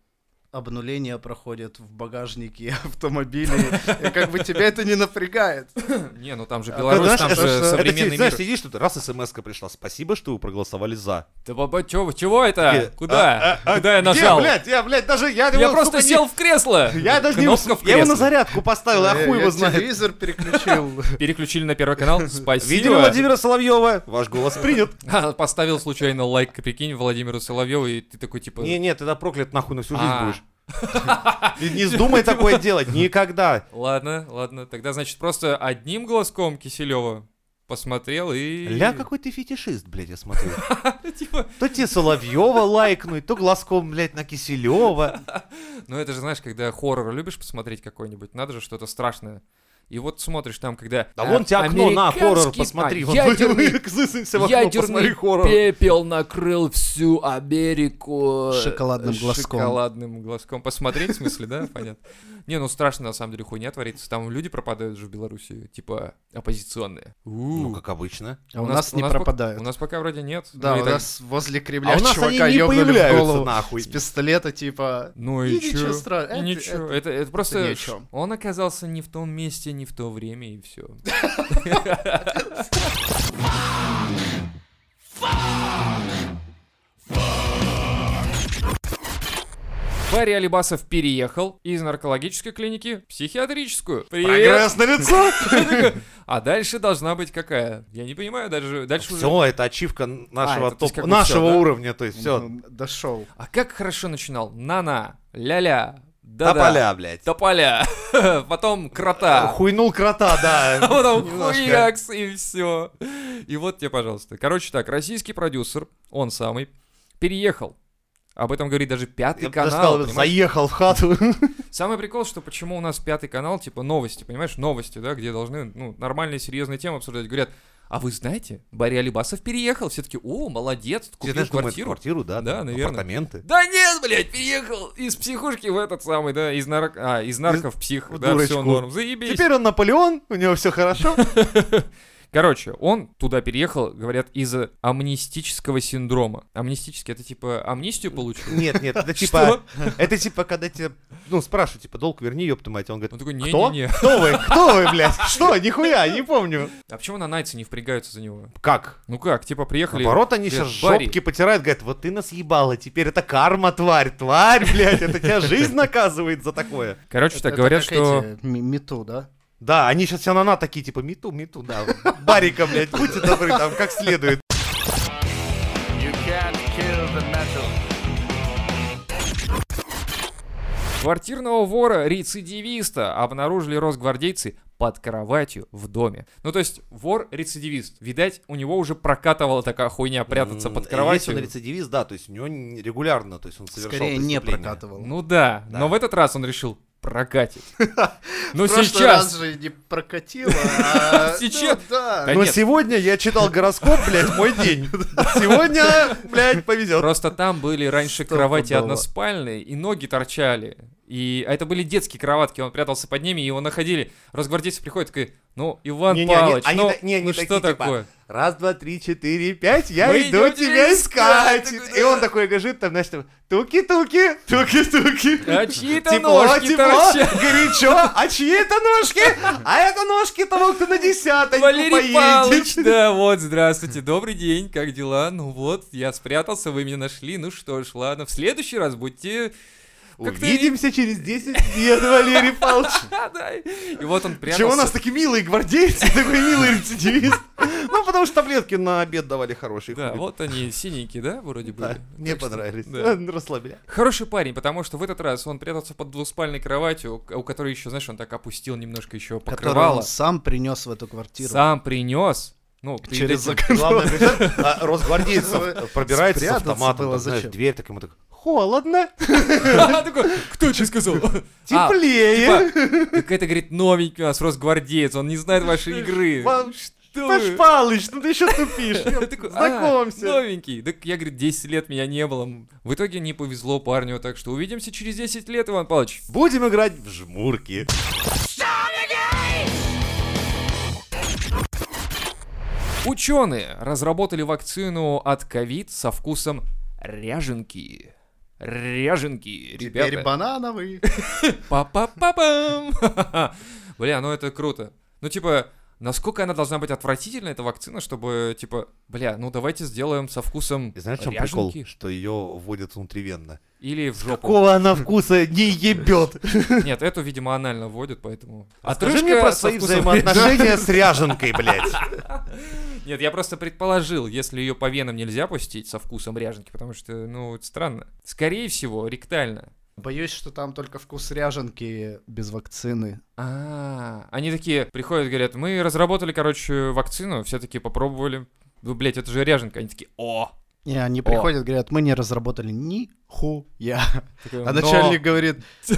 [SPEAKER 2] обнуление проходит в багажнике автомобилей. И как бы тебя это не напрягает.
[SPEAKER 3] Не, ну там же
[SPEAKER 2] А,
[SPEAKER 3] Беларусь,
[SPEAKER 4] Знаешь, э,
[SPEAKER 3] там
[SPEAKER 4] это-
[SPEAKER 3] же
[SPEAKER 4] это
[SPEAKER 3] современный
[SPEAKER 4] сидишь, Знаешь,
[SPEAKER 3] мир.
[SPEAKER 4] сидишь тут, раз смс пришла, спасибо, что вы проголосовали за.
[SPEAKER 3] Да баба, чё- чего это?
[SPEAKER 4] Такие,
[SPEAKER 3] Куда?
[SPEAKER 4] «А, а, а,
[SPEAKER 3] Куда я
[SPEAKER 4] где,
[SPEAKER 3] нажал?
[SPEAKER 4] блядь, я, блядь, даже... Я,
[SPEAKER 3] Я
[SPEAKER 4] его,
[SPEAKER 3] просто
[SPEAKER 4] сука, не-
[SPEAKER 3] сел в кресло.
[SPEAKER 4] Я даже не...
[SPEAKER 3] Кнопка в
[SPEAKER 4] Я его на
[SPEAKER 3] кресле.
[SPEAKER 4] зарядку поставил, а
[SPEAKER 2] Э,
[SPEAKER 4] хуй
[SPEAKER 2] я
[SPEAKER 4] его знает.
[SPEAKER 2] телевизор переключил.
[SPEAKER 3] Переключили на первый канал.
[SPEAKER 4] Видели
[SPEAKER 3] Спасибо.
[SPEAKER 4] Владимира Соловьева? Ваш голос принят.
[SPEAKER 3] А, Поставил случайно лайк, прикинь, Владимиру Соловьеву, и ты такой типа...
[SPEAKER 4] Не, не, ты да проклят нахуй на всю жизнь
[SPEAKER 3] А. Типа-
[SPEAKER 4] будешь. И не вздумай такое делать, никогда.
[SPEAKER 3] Ладно, ладно. Тогда, значит, просто одним глазком Киселева посмотрел и...
[SPEAKER 4] Ля, какой ты фетишист, блядь, я смотрю.
[SPEAKER 3] Типа,
[SPEAKER 4] То тебе Соловьева лайкнуть, то глазком, блядь, на Киселева.
[SPEAKER 3] Ну это же, знаешь, когда хоррор любишь посмотреть какой-нибудь, надо же что-то страшное. И вот смотришь там, когда...
[SPEAKER 4] Да
[SPEAKER 3] э,
[SPEAKER 4] А вон тебе окно на хоррор,
[SPEAKER 3] американский-
[SPEAKER 4] посмотри.
[SPEAKER 3] а,
[SPEAKER 4] вон
[SPEAKER 3] ядерный
[SPEAKER 4] к лысымся в окно, посмотри хоррор.
[SPEAKER 5] пепел накрыл всю Америку.
[SPEAKER 2] Шоколадным глазком.
[SPEAKER 3] Э, Шоколадным глазком. Посмотреть, в смысле, да? Понятно. Не, ну страшно, на самом деле, хуйня творится. Там люди пропадают же в Беларуси, типа оппозиционные.
[SPEAKER 4] Ну,
[SPEAKER 3] У.
[SPEAKER 4] как обычно.
[SPEAKER 2] А у нас не
[SPEAKER 3] пока-
[SPEAKER 2] пропадают.
[SPEAKER 3] У нас пока вроде нет.
[SPEAKER 2] Да,
[SPEAKER 3] Ну и
[SPEAKER 2] у
[SPEAKER 3] так-
[SPEAKER 2] нас возле
[SPEAKER 4] А
[SPEAKER 2] Кремля
[SPEAKER 4] у нас они
[SPEAKER 2] чувака
[SPEAKER 4] не
[SPEAKER 2] ёбнули в
[SPEAKER 4] появляются,
[SPEAKER 2] голову
[SPEAKER 4] нахуй.
[SPEAKER 2] с пистолета, типа...
[SPEAKER 3] Ну
[SPEAKER 2] И
[SPEAKER 3] и,
[SPEAKER 2] ничего
[SPEAKER 3] чё?
[SPEAKER 2] страшного.
[SPEAKER 3] И
[SPEAKER 2] Это-
[SPEAKER 3] ничего. Это, это, просто
[SPEAKER 2] ни о
[SPEAKER 3] ш-
[SPEAKER 2] чём.
[SPEAKER 3] он оказался не в том месте, не в то время, и все. Барри Алибасов переехал из наркологической клиники в психиатрическую. Привет!
[SPEAKER 4] Прогресс на лицо.
[SPEAKER 3] А дальше должна быть какая? Я не понимаю, даже дальше уже...
[SPEAKER 4] Все, это ачивка нашего
[SPEAKER 3] А, это, то есть,
[SPEAKER 4] топ-
[SPEAKER 3] как бы
[SPEAKER 4] нашего
[SPEAKER 3] всё, да?
[SPEAKER 4] уровня, то есть все.
[SPEAKER 2] ну, Дошел.
[SPEAKER 3] А как хорошо начинал? На-на, ля-ля, да-да.
[SPEAKER 4] Тополя, блядь.
[SPEAKER 3] Тополя. Потом крота.
[SPEAKER 4] Хуйнул крота, да.
[SPEAKER 3] А потом
[SPEAKER 4] Немножко.
[SPEAKER 3] хуякс, и все. И вот тебе, пожалуйста. Короче так, российский продюсер, он самый, переехал. Об этом говорит даже пятый
[SPEAKER 4] Я бы даже
[SPEAKER 3] канал.
[SPEAKER 4] сказал,
[SPEAKER 3] понимаешь?
[SPEAKER 4] заехал в хату.
[SPEAKER 3] Самый прикол, что почему у нас пятый канал, типа новости, понимаешь, новости, да, где должны ну, нормальные, серьезные темы обсуждать. Говорят, а вы знаете, Барри Алибасов переехал. Все таки о, молодец,
[SPEAKER 4] Все
[SPEAKER 3] купил
[SPEAKER 4] даже думают,
[SPEAKER 3] квартиру.
[SPEAKER 4] Квартиру, да.
[SPEAKER 3] Да, наверное.
[SPEAKER 4] Апартаменты.
[SPEAKER 3] Да нет, блядь, переехал из психушки в этот самый, да, из, нарк... а, из нарков в псих,
[SPEAKER 4] в
[SPEAKER 3] да, все
[SPEAKER 4] дурочку.
[SPEAKER 3] норм, заебись.
[SPEAKER 4] Теперь он Наполеон, у него все хорошо.
[SPEAKER 3] Короче, он туда переехал, говорят, из-за амнистического синдрома. Амнистический, это типа амнистию получил?
[SPEAKER 4] Нет, нет, это
[SPEAKER 3] Что?
[SPEAKER 4] типа, это типа, когда тебе, ну, спрашивают, типа, долг верни, ёпта мать. Он
[SPEAKER 3] Он
[SPEAKER 4] говорит,
[SPEAKER 3] такой,
[SPEAKER 4] кто?
[SPEAKER 3] не-не-не.
[SPEAKER 4] Кто вы? Кто вы, блядь? Что? Нихуя, не помню.
[SPEAKER 3] А почему на Найца не впрягаются за него?
[SPEAKER 4] Как?
[SPEAKER 3] Ну как, типа приехали...
[SPEAKER 4] Наоборот, они
[SPEAKER 3] говорят,
[SPEAKER 4] сейчас
[SPEAKER 3] «Барри,
[SPEAKER 4] жопки потирают, говорят, вот ты нас ебала, теперь это карма, тварь, тварь, блядь, это тебя жизнь наказывает за такое.
[SPEAKER 3] Короче, так говорят, что...
[SPEAKER 2] Мету, да?
[SPEAKER 4] Да, они сейчас все на на такие, типа, мету, мету, да, барика, блядь, будьте добры, там, как следует.
[SPEAKER 3] Квартирного вора-рецидивиста обнаружили росгвардейцы под кроватью в доме. Ну то есть вор-рецидивист. Видать, у него уже прокатывала такая хуйня прятаться под
[SPEAKER 4] Если
[SPEAKER 3] кроватью.
[SPEAKER 4] он рецидивист, да, то есть у него н- регулярно, то есть он совершал
[SPEAKER 2] Скорее не
[SPEAKER 4] преступления.
[SPEAKER 2] прокатывал.
[SPEAKER 3] Ну да,
[SPEAKER 4] Да.
[SPEAKER 3] но в этот раз он решил, прокатит. Но
[SPEAKER 2] В прошлый раз
[SPEAKER 3] сейчас...
[SPEAKER 2] же не прокатило, а...
[SPEAKER 3] Сейчас-
[SPEAKER 2] Ну, да.
[SPEAKER 3] Да
[SPEAKER 4] Но
[SPEAKER 3] нет.
[SPEAKER 4] сегодня я читал гороскоп, блядь, мой день. Сегодня, блядь, повезет.
[SPEAKER 3] Просто там были раньше
[SPEAKER 2] Что
[SPEAKER 3] кровати
[SPEAKER 2] подало.
[SPEAKER 3] односпальные, и ноги торчали. И а это были детские кроватки, он прятался под ними, и его находили. Росгвардейцы приходят, такой, ну, Иван
[SPEAKER 4] Не-не, они-
[SPEAKER 3] Павлович,
[SPEAKER 4] они
[SPEAKER 3] ну,
[SPEAKER 4] та- не, они
[SPEAKER 3] ну
[SPEAKER 4] такие,
[SPEAKER 3] что
[SPEAKER 4] типа,
[SPEAKER 3] такое?
[SPEAKER 4] Раз, два, три, четыре, пять, я
[SPEAKER 3] Мы
[SPEAKER 4] иду
[SPEAKER 3] идем
[SPEAKER 4] тебя
[SPEAKER 3] тебя искать.
[SPEAKER 4] искать.
[SPEAKER 3] Такой,
[SPEAKER 4] И
[SPEAKER 3] да.
[SPEAKER 4] он такой бежит, там, значит, туки-туки, туки-туки.
[SPEAKER 3] А чьи-то
[SPEAKER 4] Тепло,
[SPEAKER 3] ножки
[SPEAKER 4] тепло,
[SPEAKER 3] торчат.
[SPEAKER 4] горячо, а чьи это ножки? А это ножки того, кто на десяточку
[SPEAKER 3] Валерий Павлович,
[SPEAKER 4] поедет.
[SPEAKER 3] да, вот, здравствуйте, добрый день, как дела? Ну вот, я спрятался, вы меня нашли, ну что ж, ладно, в следующий раз будьте... как-то-
[SPEAKER 4] Увидимся через 10 лет, Валерий Павлович.
[SPEAKER 3] Да, да. И вот он прятался.
[SPEAKER 4] Чего у нас такие милые гвардейцы, такой милый рецидивист? Ну, потому что таблетки на обед давали хорошие.
[SPEAKER 3] Да,
[SPEAKER 4] хули.
[SPEAKER 3] вот они, синенькие, да, вроде
[SPEAKER 4] Да,
[SPEAKER 3] бы?
[SPEAKER 4] Мне понравились.
[SPEAKER 3] да.
[SPEAKER 4] Расслабляли.
[SPEAKER 3] Хороший парень, потому что в этот раз он прятался под двуспальной кроватью, к- у которой еще, знаешь, он так опустил немножко еще
[SPEAKER 2] Который
[SPEAKER 3] покрывало.
[SPEAKER 2] он сам принес в эту квартиру.
[SPEAKER 3] Сам принес. Ну, перед
[SPEAKER 2] Через
[SPEAKER 3] этим-
[SPEAKER 2] окно.
[SPEAKER 4] Главное, офицер, а, росгвардейцев пробирается с
[SPEAKER 2] Спрятаться
[SPEAKER 4] автоматом,
[SPEAKER 2] было
[SPEAKER 4] там, знаешь,
[SPEAKER 2] зачем?
[SPEAKER 4] дверь, так ему так, холодно,
[SPEAKER 3] А, такой, Кто тебе сказал?
[SPEAKER 2] Типа,
[SPEAKER 3] А,
[SPEAKER 4] теплее,
[SPEAKER 3] типа, так это, говорит, новенький у нас росгвардеец, он не знает вашей игры.
[SPEAKER 4] Вам-
[SPEAKER 3] типа, Что
[SPEAKER 4] Паш
[SPEAKER 3] вы?
[SPEAKER 4] Палыч, ну ты еще тупишь,
[SPEAKER 3] Я такой, «А,
[SPEAKER 4] знакомься.
[SPEAKER 3] новенький. Так я, говорит, 10 лет меня не было. В итоге не повезло парню, так что увидимся через 10 лет, Иван Павлович.
[SPEAKER 4] Будем играть в жмурки.
[SPEAKER 3] Ученые разработали вакцину от ковид со вкусом ряженки. Ряженки,
[SPEAKER 2] Теперь
[SPEAKER 3] ребята.
[SPEAKER 2] банановый.
[SPEAKER 3] Па-па-па-пам. Бля, ну это круто. Ну типа, насколько она должна быть отвратительна, эта вакцина, чтобы, типа, бля, ну давайте сделаем со вкусом
[SPEAKER 4] И знаешь, в чем прикол?
[SPEAKER 3] ряженки
[SPEAKER 4] Что ее вводят внутривенно.
[SPEAKER 3] или в жопу.
[SPEAKER 4] Какого она вкуса не ебет.
[SPEAKER 3] Нет, эту, видимо, анально вводят, поэтому...
[SPEAKER 4] Расскажи А мне про
[SPEAKER 3] со
[SPEAKER 4] свои
[SPEAKER 3] вкусом-
[SPEAKER 4] взаимоотношения с ряженкой, блядь.
[SPEAKER 3] Нет, я просто предположил, если ее по венам нельзя пустить со вкусом ряженки, потому что, ну, это странно. Скорее всего, ректально.
[SPEAKER 2] Боюсь, что там только вкус ряженки без вакцины.
[SPEAKER 3] А, они такие приходят, говорят, мы разработали, короче, вакцину, все таки попробовали. Ну, блядь, это же ряженка. Они такие, о!
[SPEAKER 2] И они приходят, говорят, мы не разработали нихуя.
[SPEAKER 3] Такой, «Но».
[SPEAKER 2] А начальник говорит,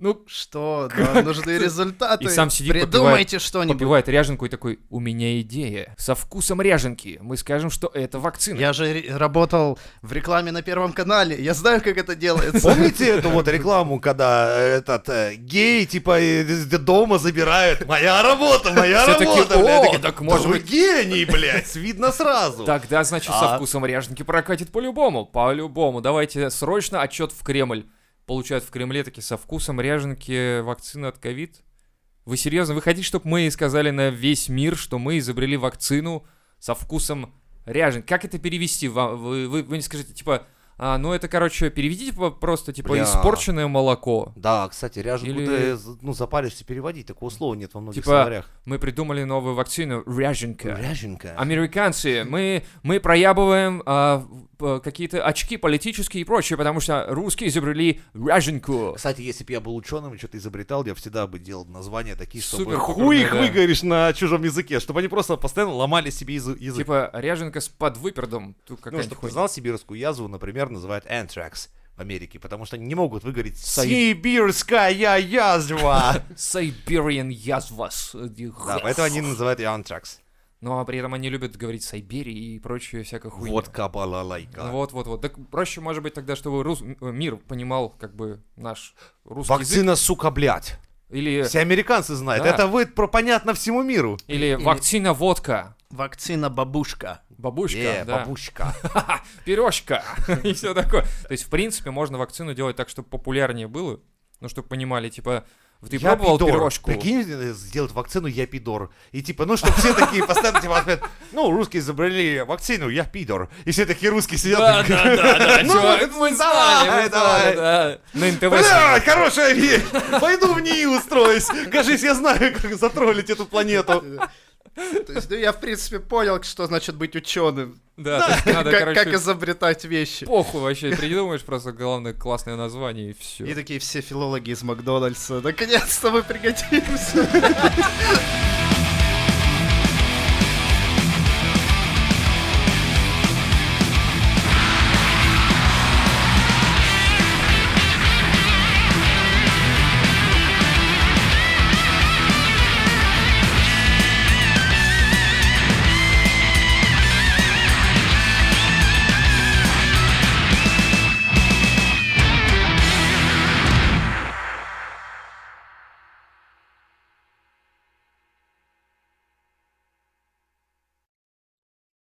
[SPEAKER 3] Ну,
[SPEAKER 2] Что? Нам нужны результаты.
[SPEAKER 3] И сам сидит,
[SPEAKER 2] Придумайте что-нибудь.
[SPEAKER 3] попивает ряженку и такой, у меня идея. Со вкусом ряженки. Мы скажем, что это вакцина.
[SPEAKER 2] Я же ре- работал в рекламе на Первом канале. Я знаю, как это делается.
[SPEAKER 4] Помните эту вот рекламу, когда э, этот э, гей типа э, из дома забирают? Моя работа, моя
[SPEAKER 3] Все такие,
[SPEAKER 4] работа, блядь.
[SPEAKER 3] «О,
[SPEAKER 4] Такие,
[SPEAKER 3] так
[SPEAKER 4] «Да
[SPEAKER 3] может
[SPEAKER 4] вы
[SPEAKER 3] быть».
[SPEAKER 4] гений, блядь, видно сразу.
[SPEAKER 3] Тогда, значит, со
[SPEAKER 4] А.
[SPEAKER 3] вкусом ряженки прокатит по-любому. По-любому. Давайте срочно отчет в Кремль. Получают в Кремле таки со вкусом ряженки вакцины от ковид. Вы серьезно? Вы хотите, чтобы мы сказали на весь мир, что мы изобрели вакцину со вкусом ряженки? Как это перевести? Ва- Вы, вы, вы не скажите, типа, а, ну это, короче, переведите по- просто, типа,
[SPEAKER 4] Бля.
[SPEAKER 3] испорченное молоко.
[SPEAKER 4] Да, кстати, ряженку
[SPEAKER 3] Или-
[SPEAKER 4] ты з- ну, запаришься переводить, такого слова нет во многих
[SPEAKER 3] Типа,
[SPEAKER 4] словарях.
[SPEAKER 3] Мы придумали новую вакцину, ряженка.
[SPEAKER 4] Ряженка.
[SPEAKER 3] Американцы, мы, мы проябываем а, в- э, какие-то очки политические и прочее, потому что русские изобрели ряженку.
[SPEAKER 4] Кстати, если бы я был ученым и что-то изобретал, я всегда бы делал названия такие, чтобы
[SPEAKER 3] Супер-пупер,
[SPEAKER 4] хуй их
[SPEAKER 3] да.
[SPEAKER 4] выговоришь на чужом языке, чтобы они просто постоянно ломали себе язы- язык.
[SPEAKER 3] Типа ряженка с подвыпердом. Тут
[SPEAKER 4] Ну,
[SPEAKER 3] какая-нибудь
[SPEAKER 4] чтобы ты
[SPEAKER 3] хуйня.
[SPEAKER 4] знал, сибирскую язву, например, называют anthrax в Америке, потому что они не могут выговорить
[SPEAKER 3] Союз.
[SPEAKER 4] «Сибирская язва».
[SPEAKER 3] Siberian язвас.
[SPEAKER 4] Да, поэтому они называют ее anthrax.
[SPEAKER 3] Но Ну, а при этом они любят говорить Сайберии и прочую всякую хуйню.
[SPEAKER 4] Вот
[SPEAKER 3] Ну,
[SPEAKER 4] кабалалайка.
[SPEAKER 3] вот, вот, вот. Так проще, может быть, тогда, чтобы рус- м- э, мир понимал, как бы, наш русский язык.
[SPEAKER 4] Вакцина, сука, блядь.
[SPEAKER 3] Или,
[SPEAKER 4] Все американцы знают.
[SPEAKER 3] Да.
[SPEAKER 4] Это вы про понятно всему миру.
[SPEAKER 3] или вакцина водка.
[SPEAKER 2] Вакцина бабушка.
[SPEAKER 3] Бабушка,
[SPEAKER 4] Э,
[SPEAKER 3] да.
[SPEAKER 4] бабушка.
[SPEAKER 3] пирожка и все такое. То есть, в принципе, можно вакцину делать так, чтобы популярнее было, ну, чтобы понимали, типа, ты
[SPEAKER 4] Я
[SPEAKER 3] пробовал
[SPEAKER 4] пидор.
[SPEAKER 3] пирожку?
[SPEAKER 4] Прикинь, э, сделать вакцину «Я пидор». И типа, ну, чтобы все такие постоянно типа ответ, ну, русские изобрели вакцину «Я пидор». И все такие русские
[SPEAKER 3] Да,
[SPEAKER 4] сидят.
[SPEAKER 3] да, да, да,
[SPEAKER 4] Ну,
[SPEAKER 3] чувак,
[SPEAKER 4] это
[SPEAKER 3] мы
[SPEAKER 4] да,
[SPEAKER 3] знали, мы
[SPEAKER 4] давай.
[SPEAKER 3] знали, да. На НТВ.
[SPEAKER 4] Бля,
[SPEAKER 3] смотрели.
[SPEAKER 4] хорошая вещь! Пойду в ней устроюсь. Кажись, я знаю, как затроллить эту планету.
[SPEAKER 2] То есть, ну, я, в принципе, понял, что значит быть ученым.
[SPEAKER 3] Да, то есть надо,
[SPEAKER 2] Как как
[SPEAKER 3] короче,
[SPEAKER 2] изобретать вещи.
[SPEAKER 3] похуй вообще, придумаешь просто главное классное название и
[SPEAKER 2] И
[SPEAKER 3] все.
[SPEAKER 2] такие все филологи из Макдональдса. Наконец-то мы пригодимся.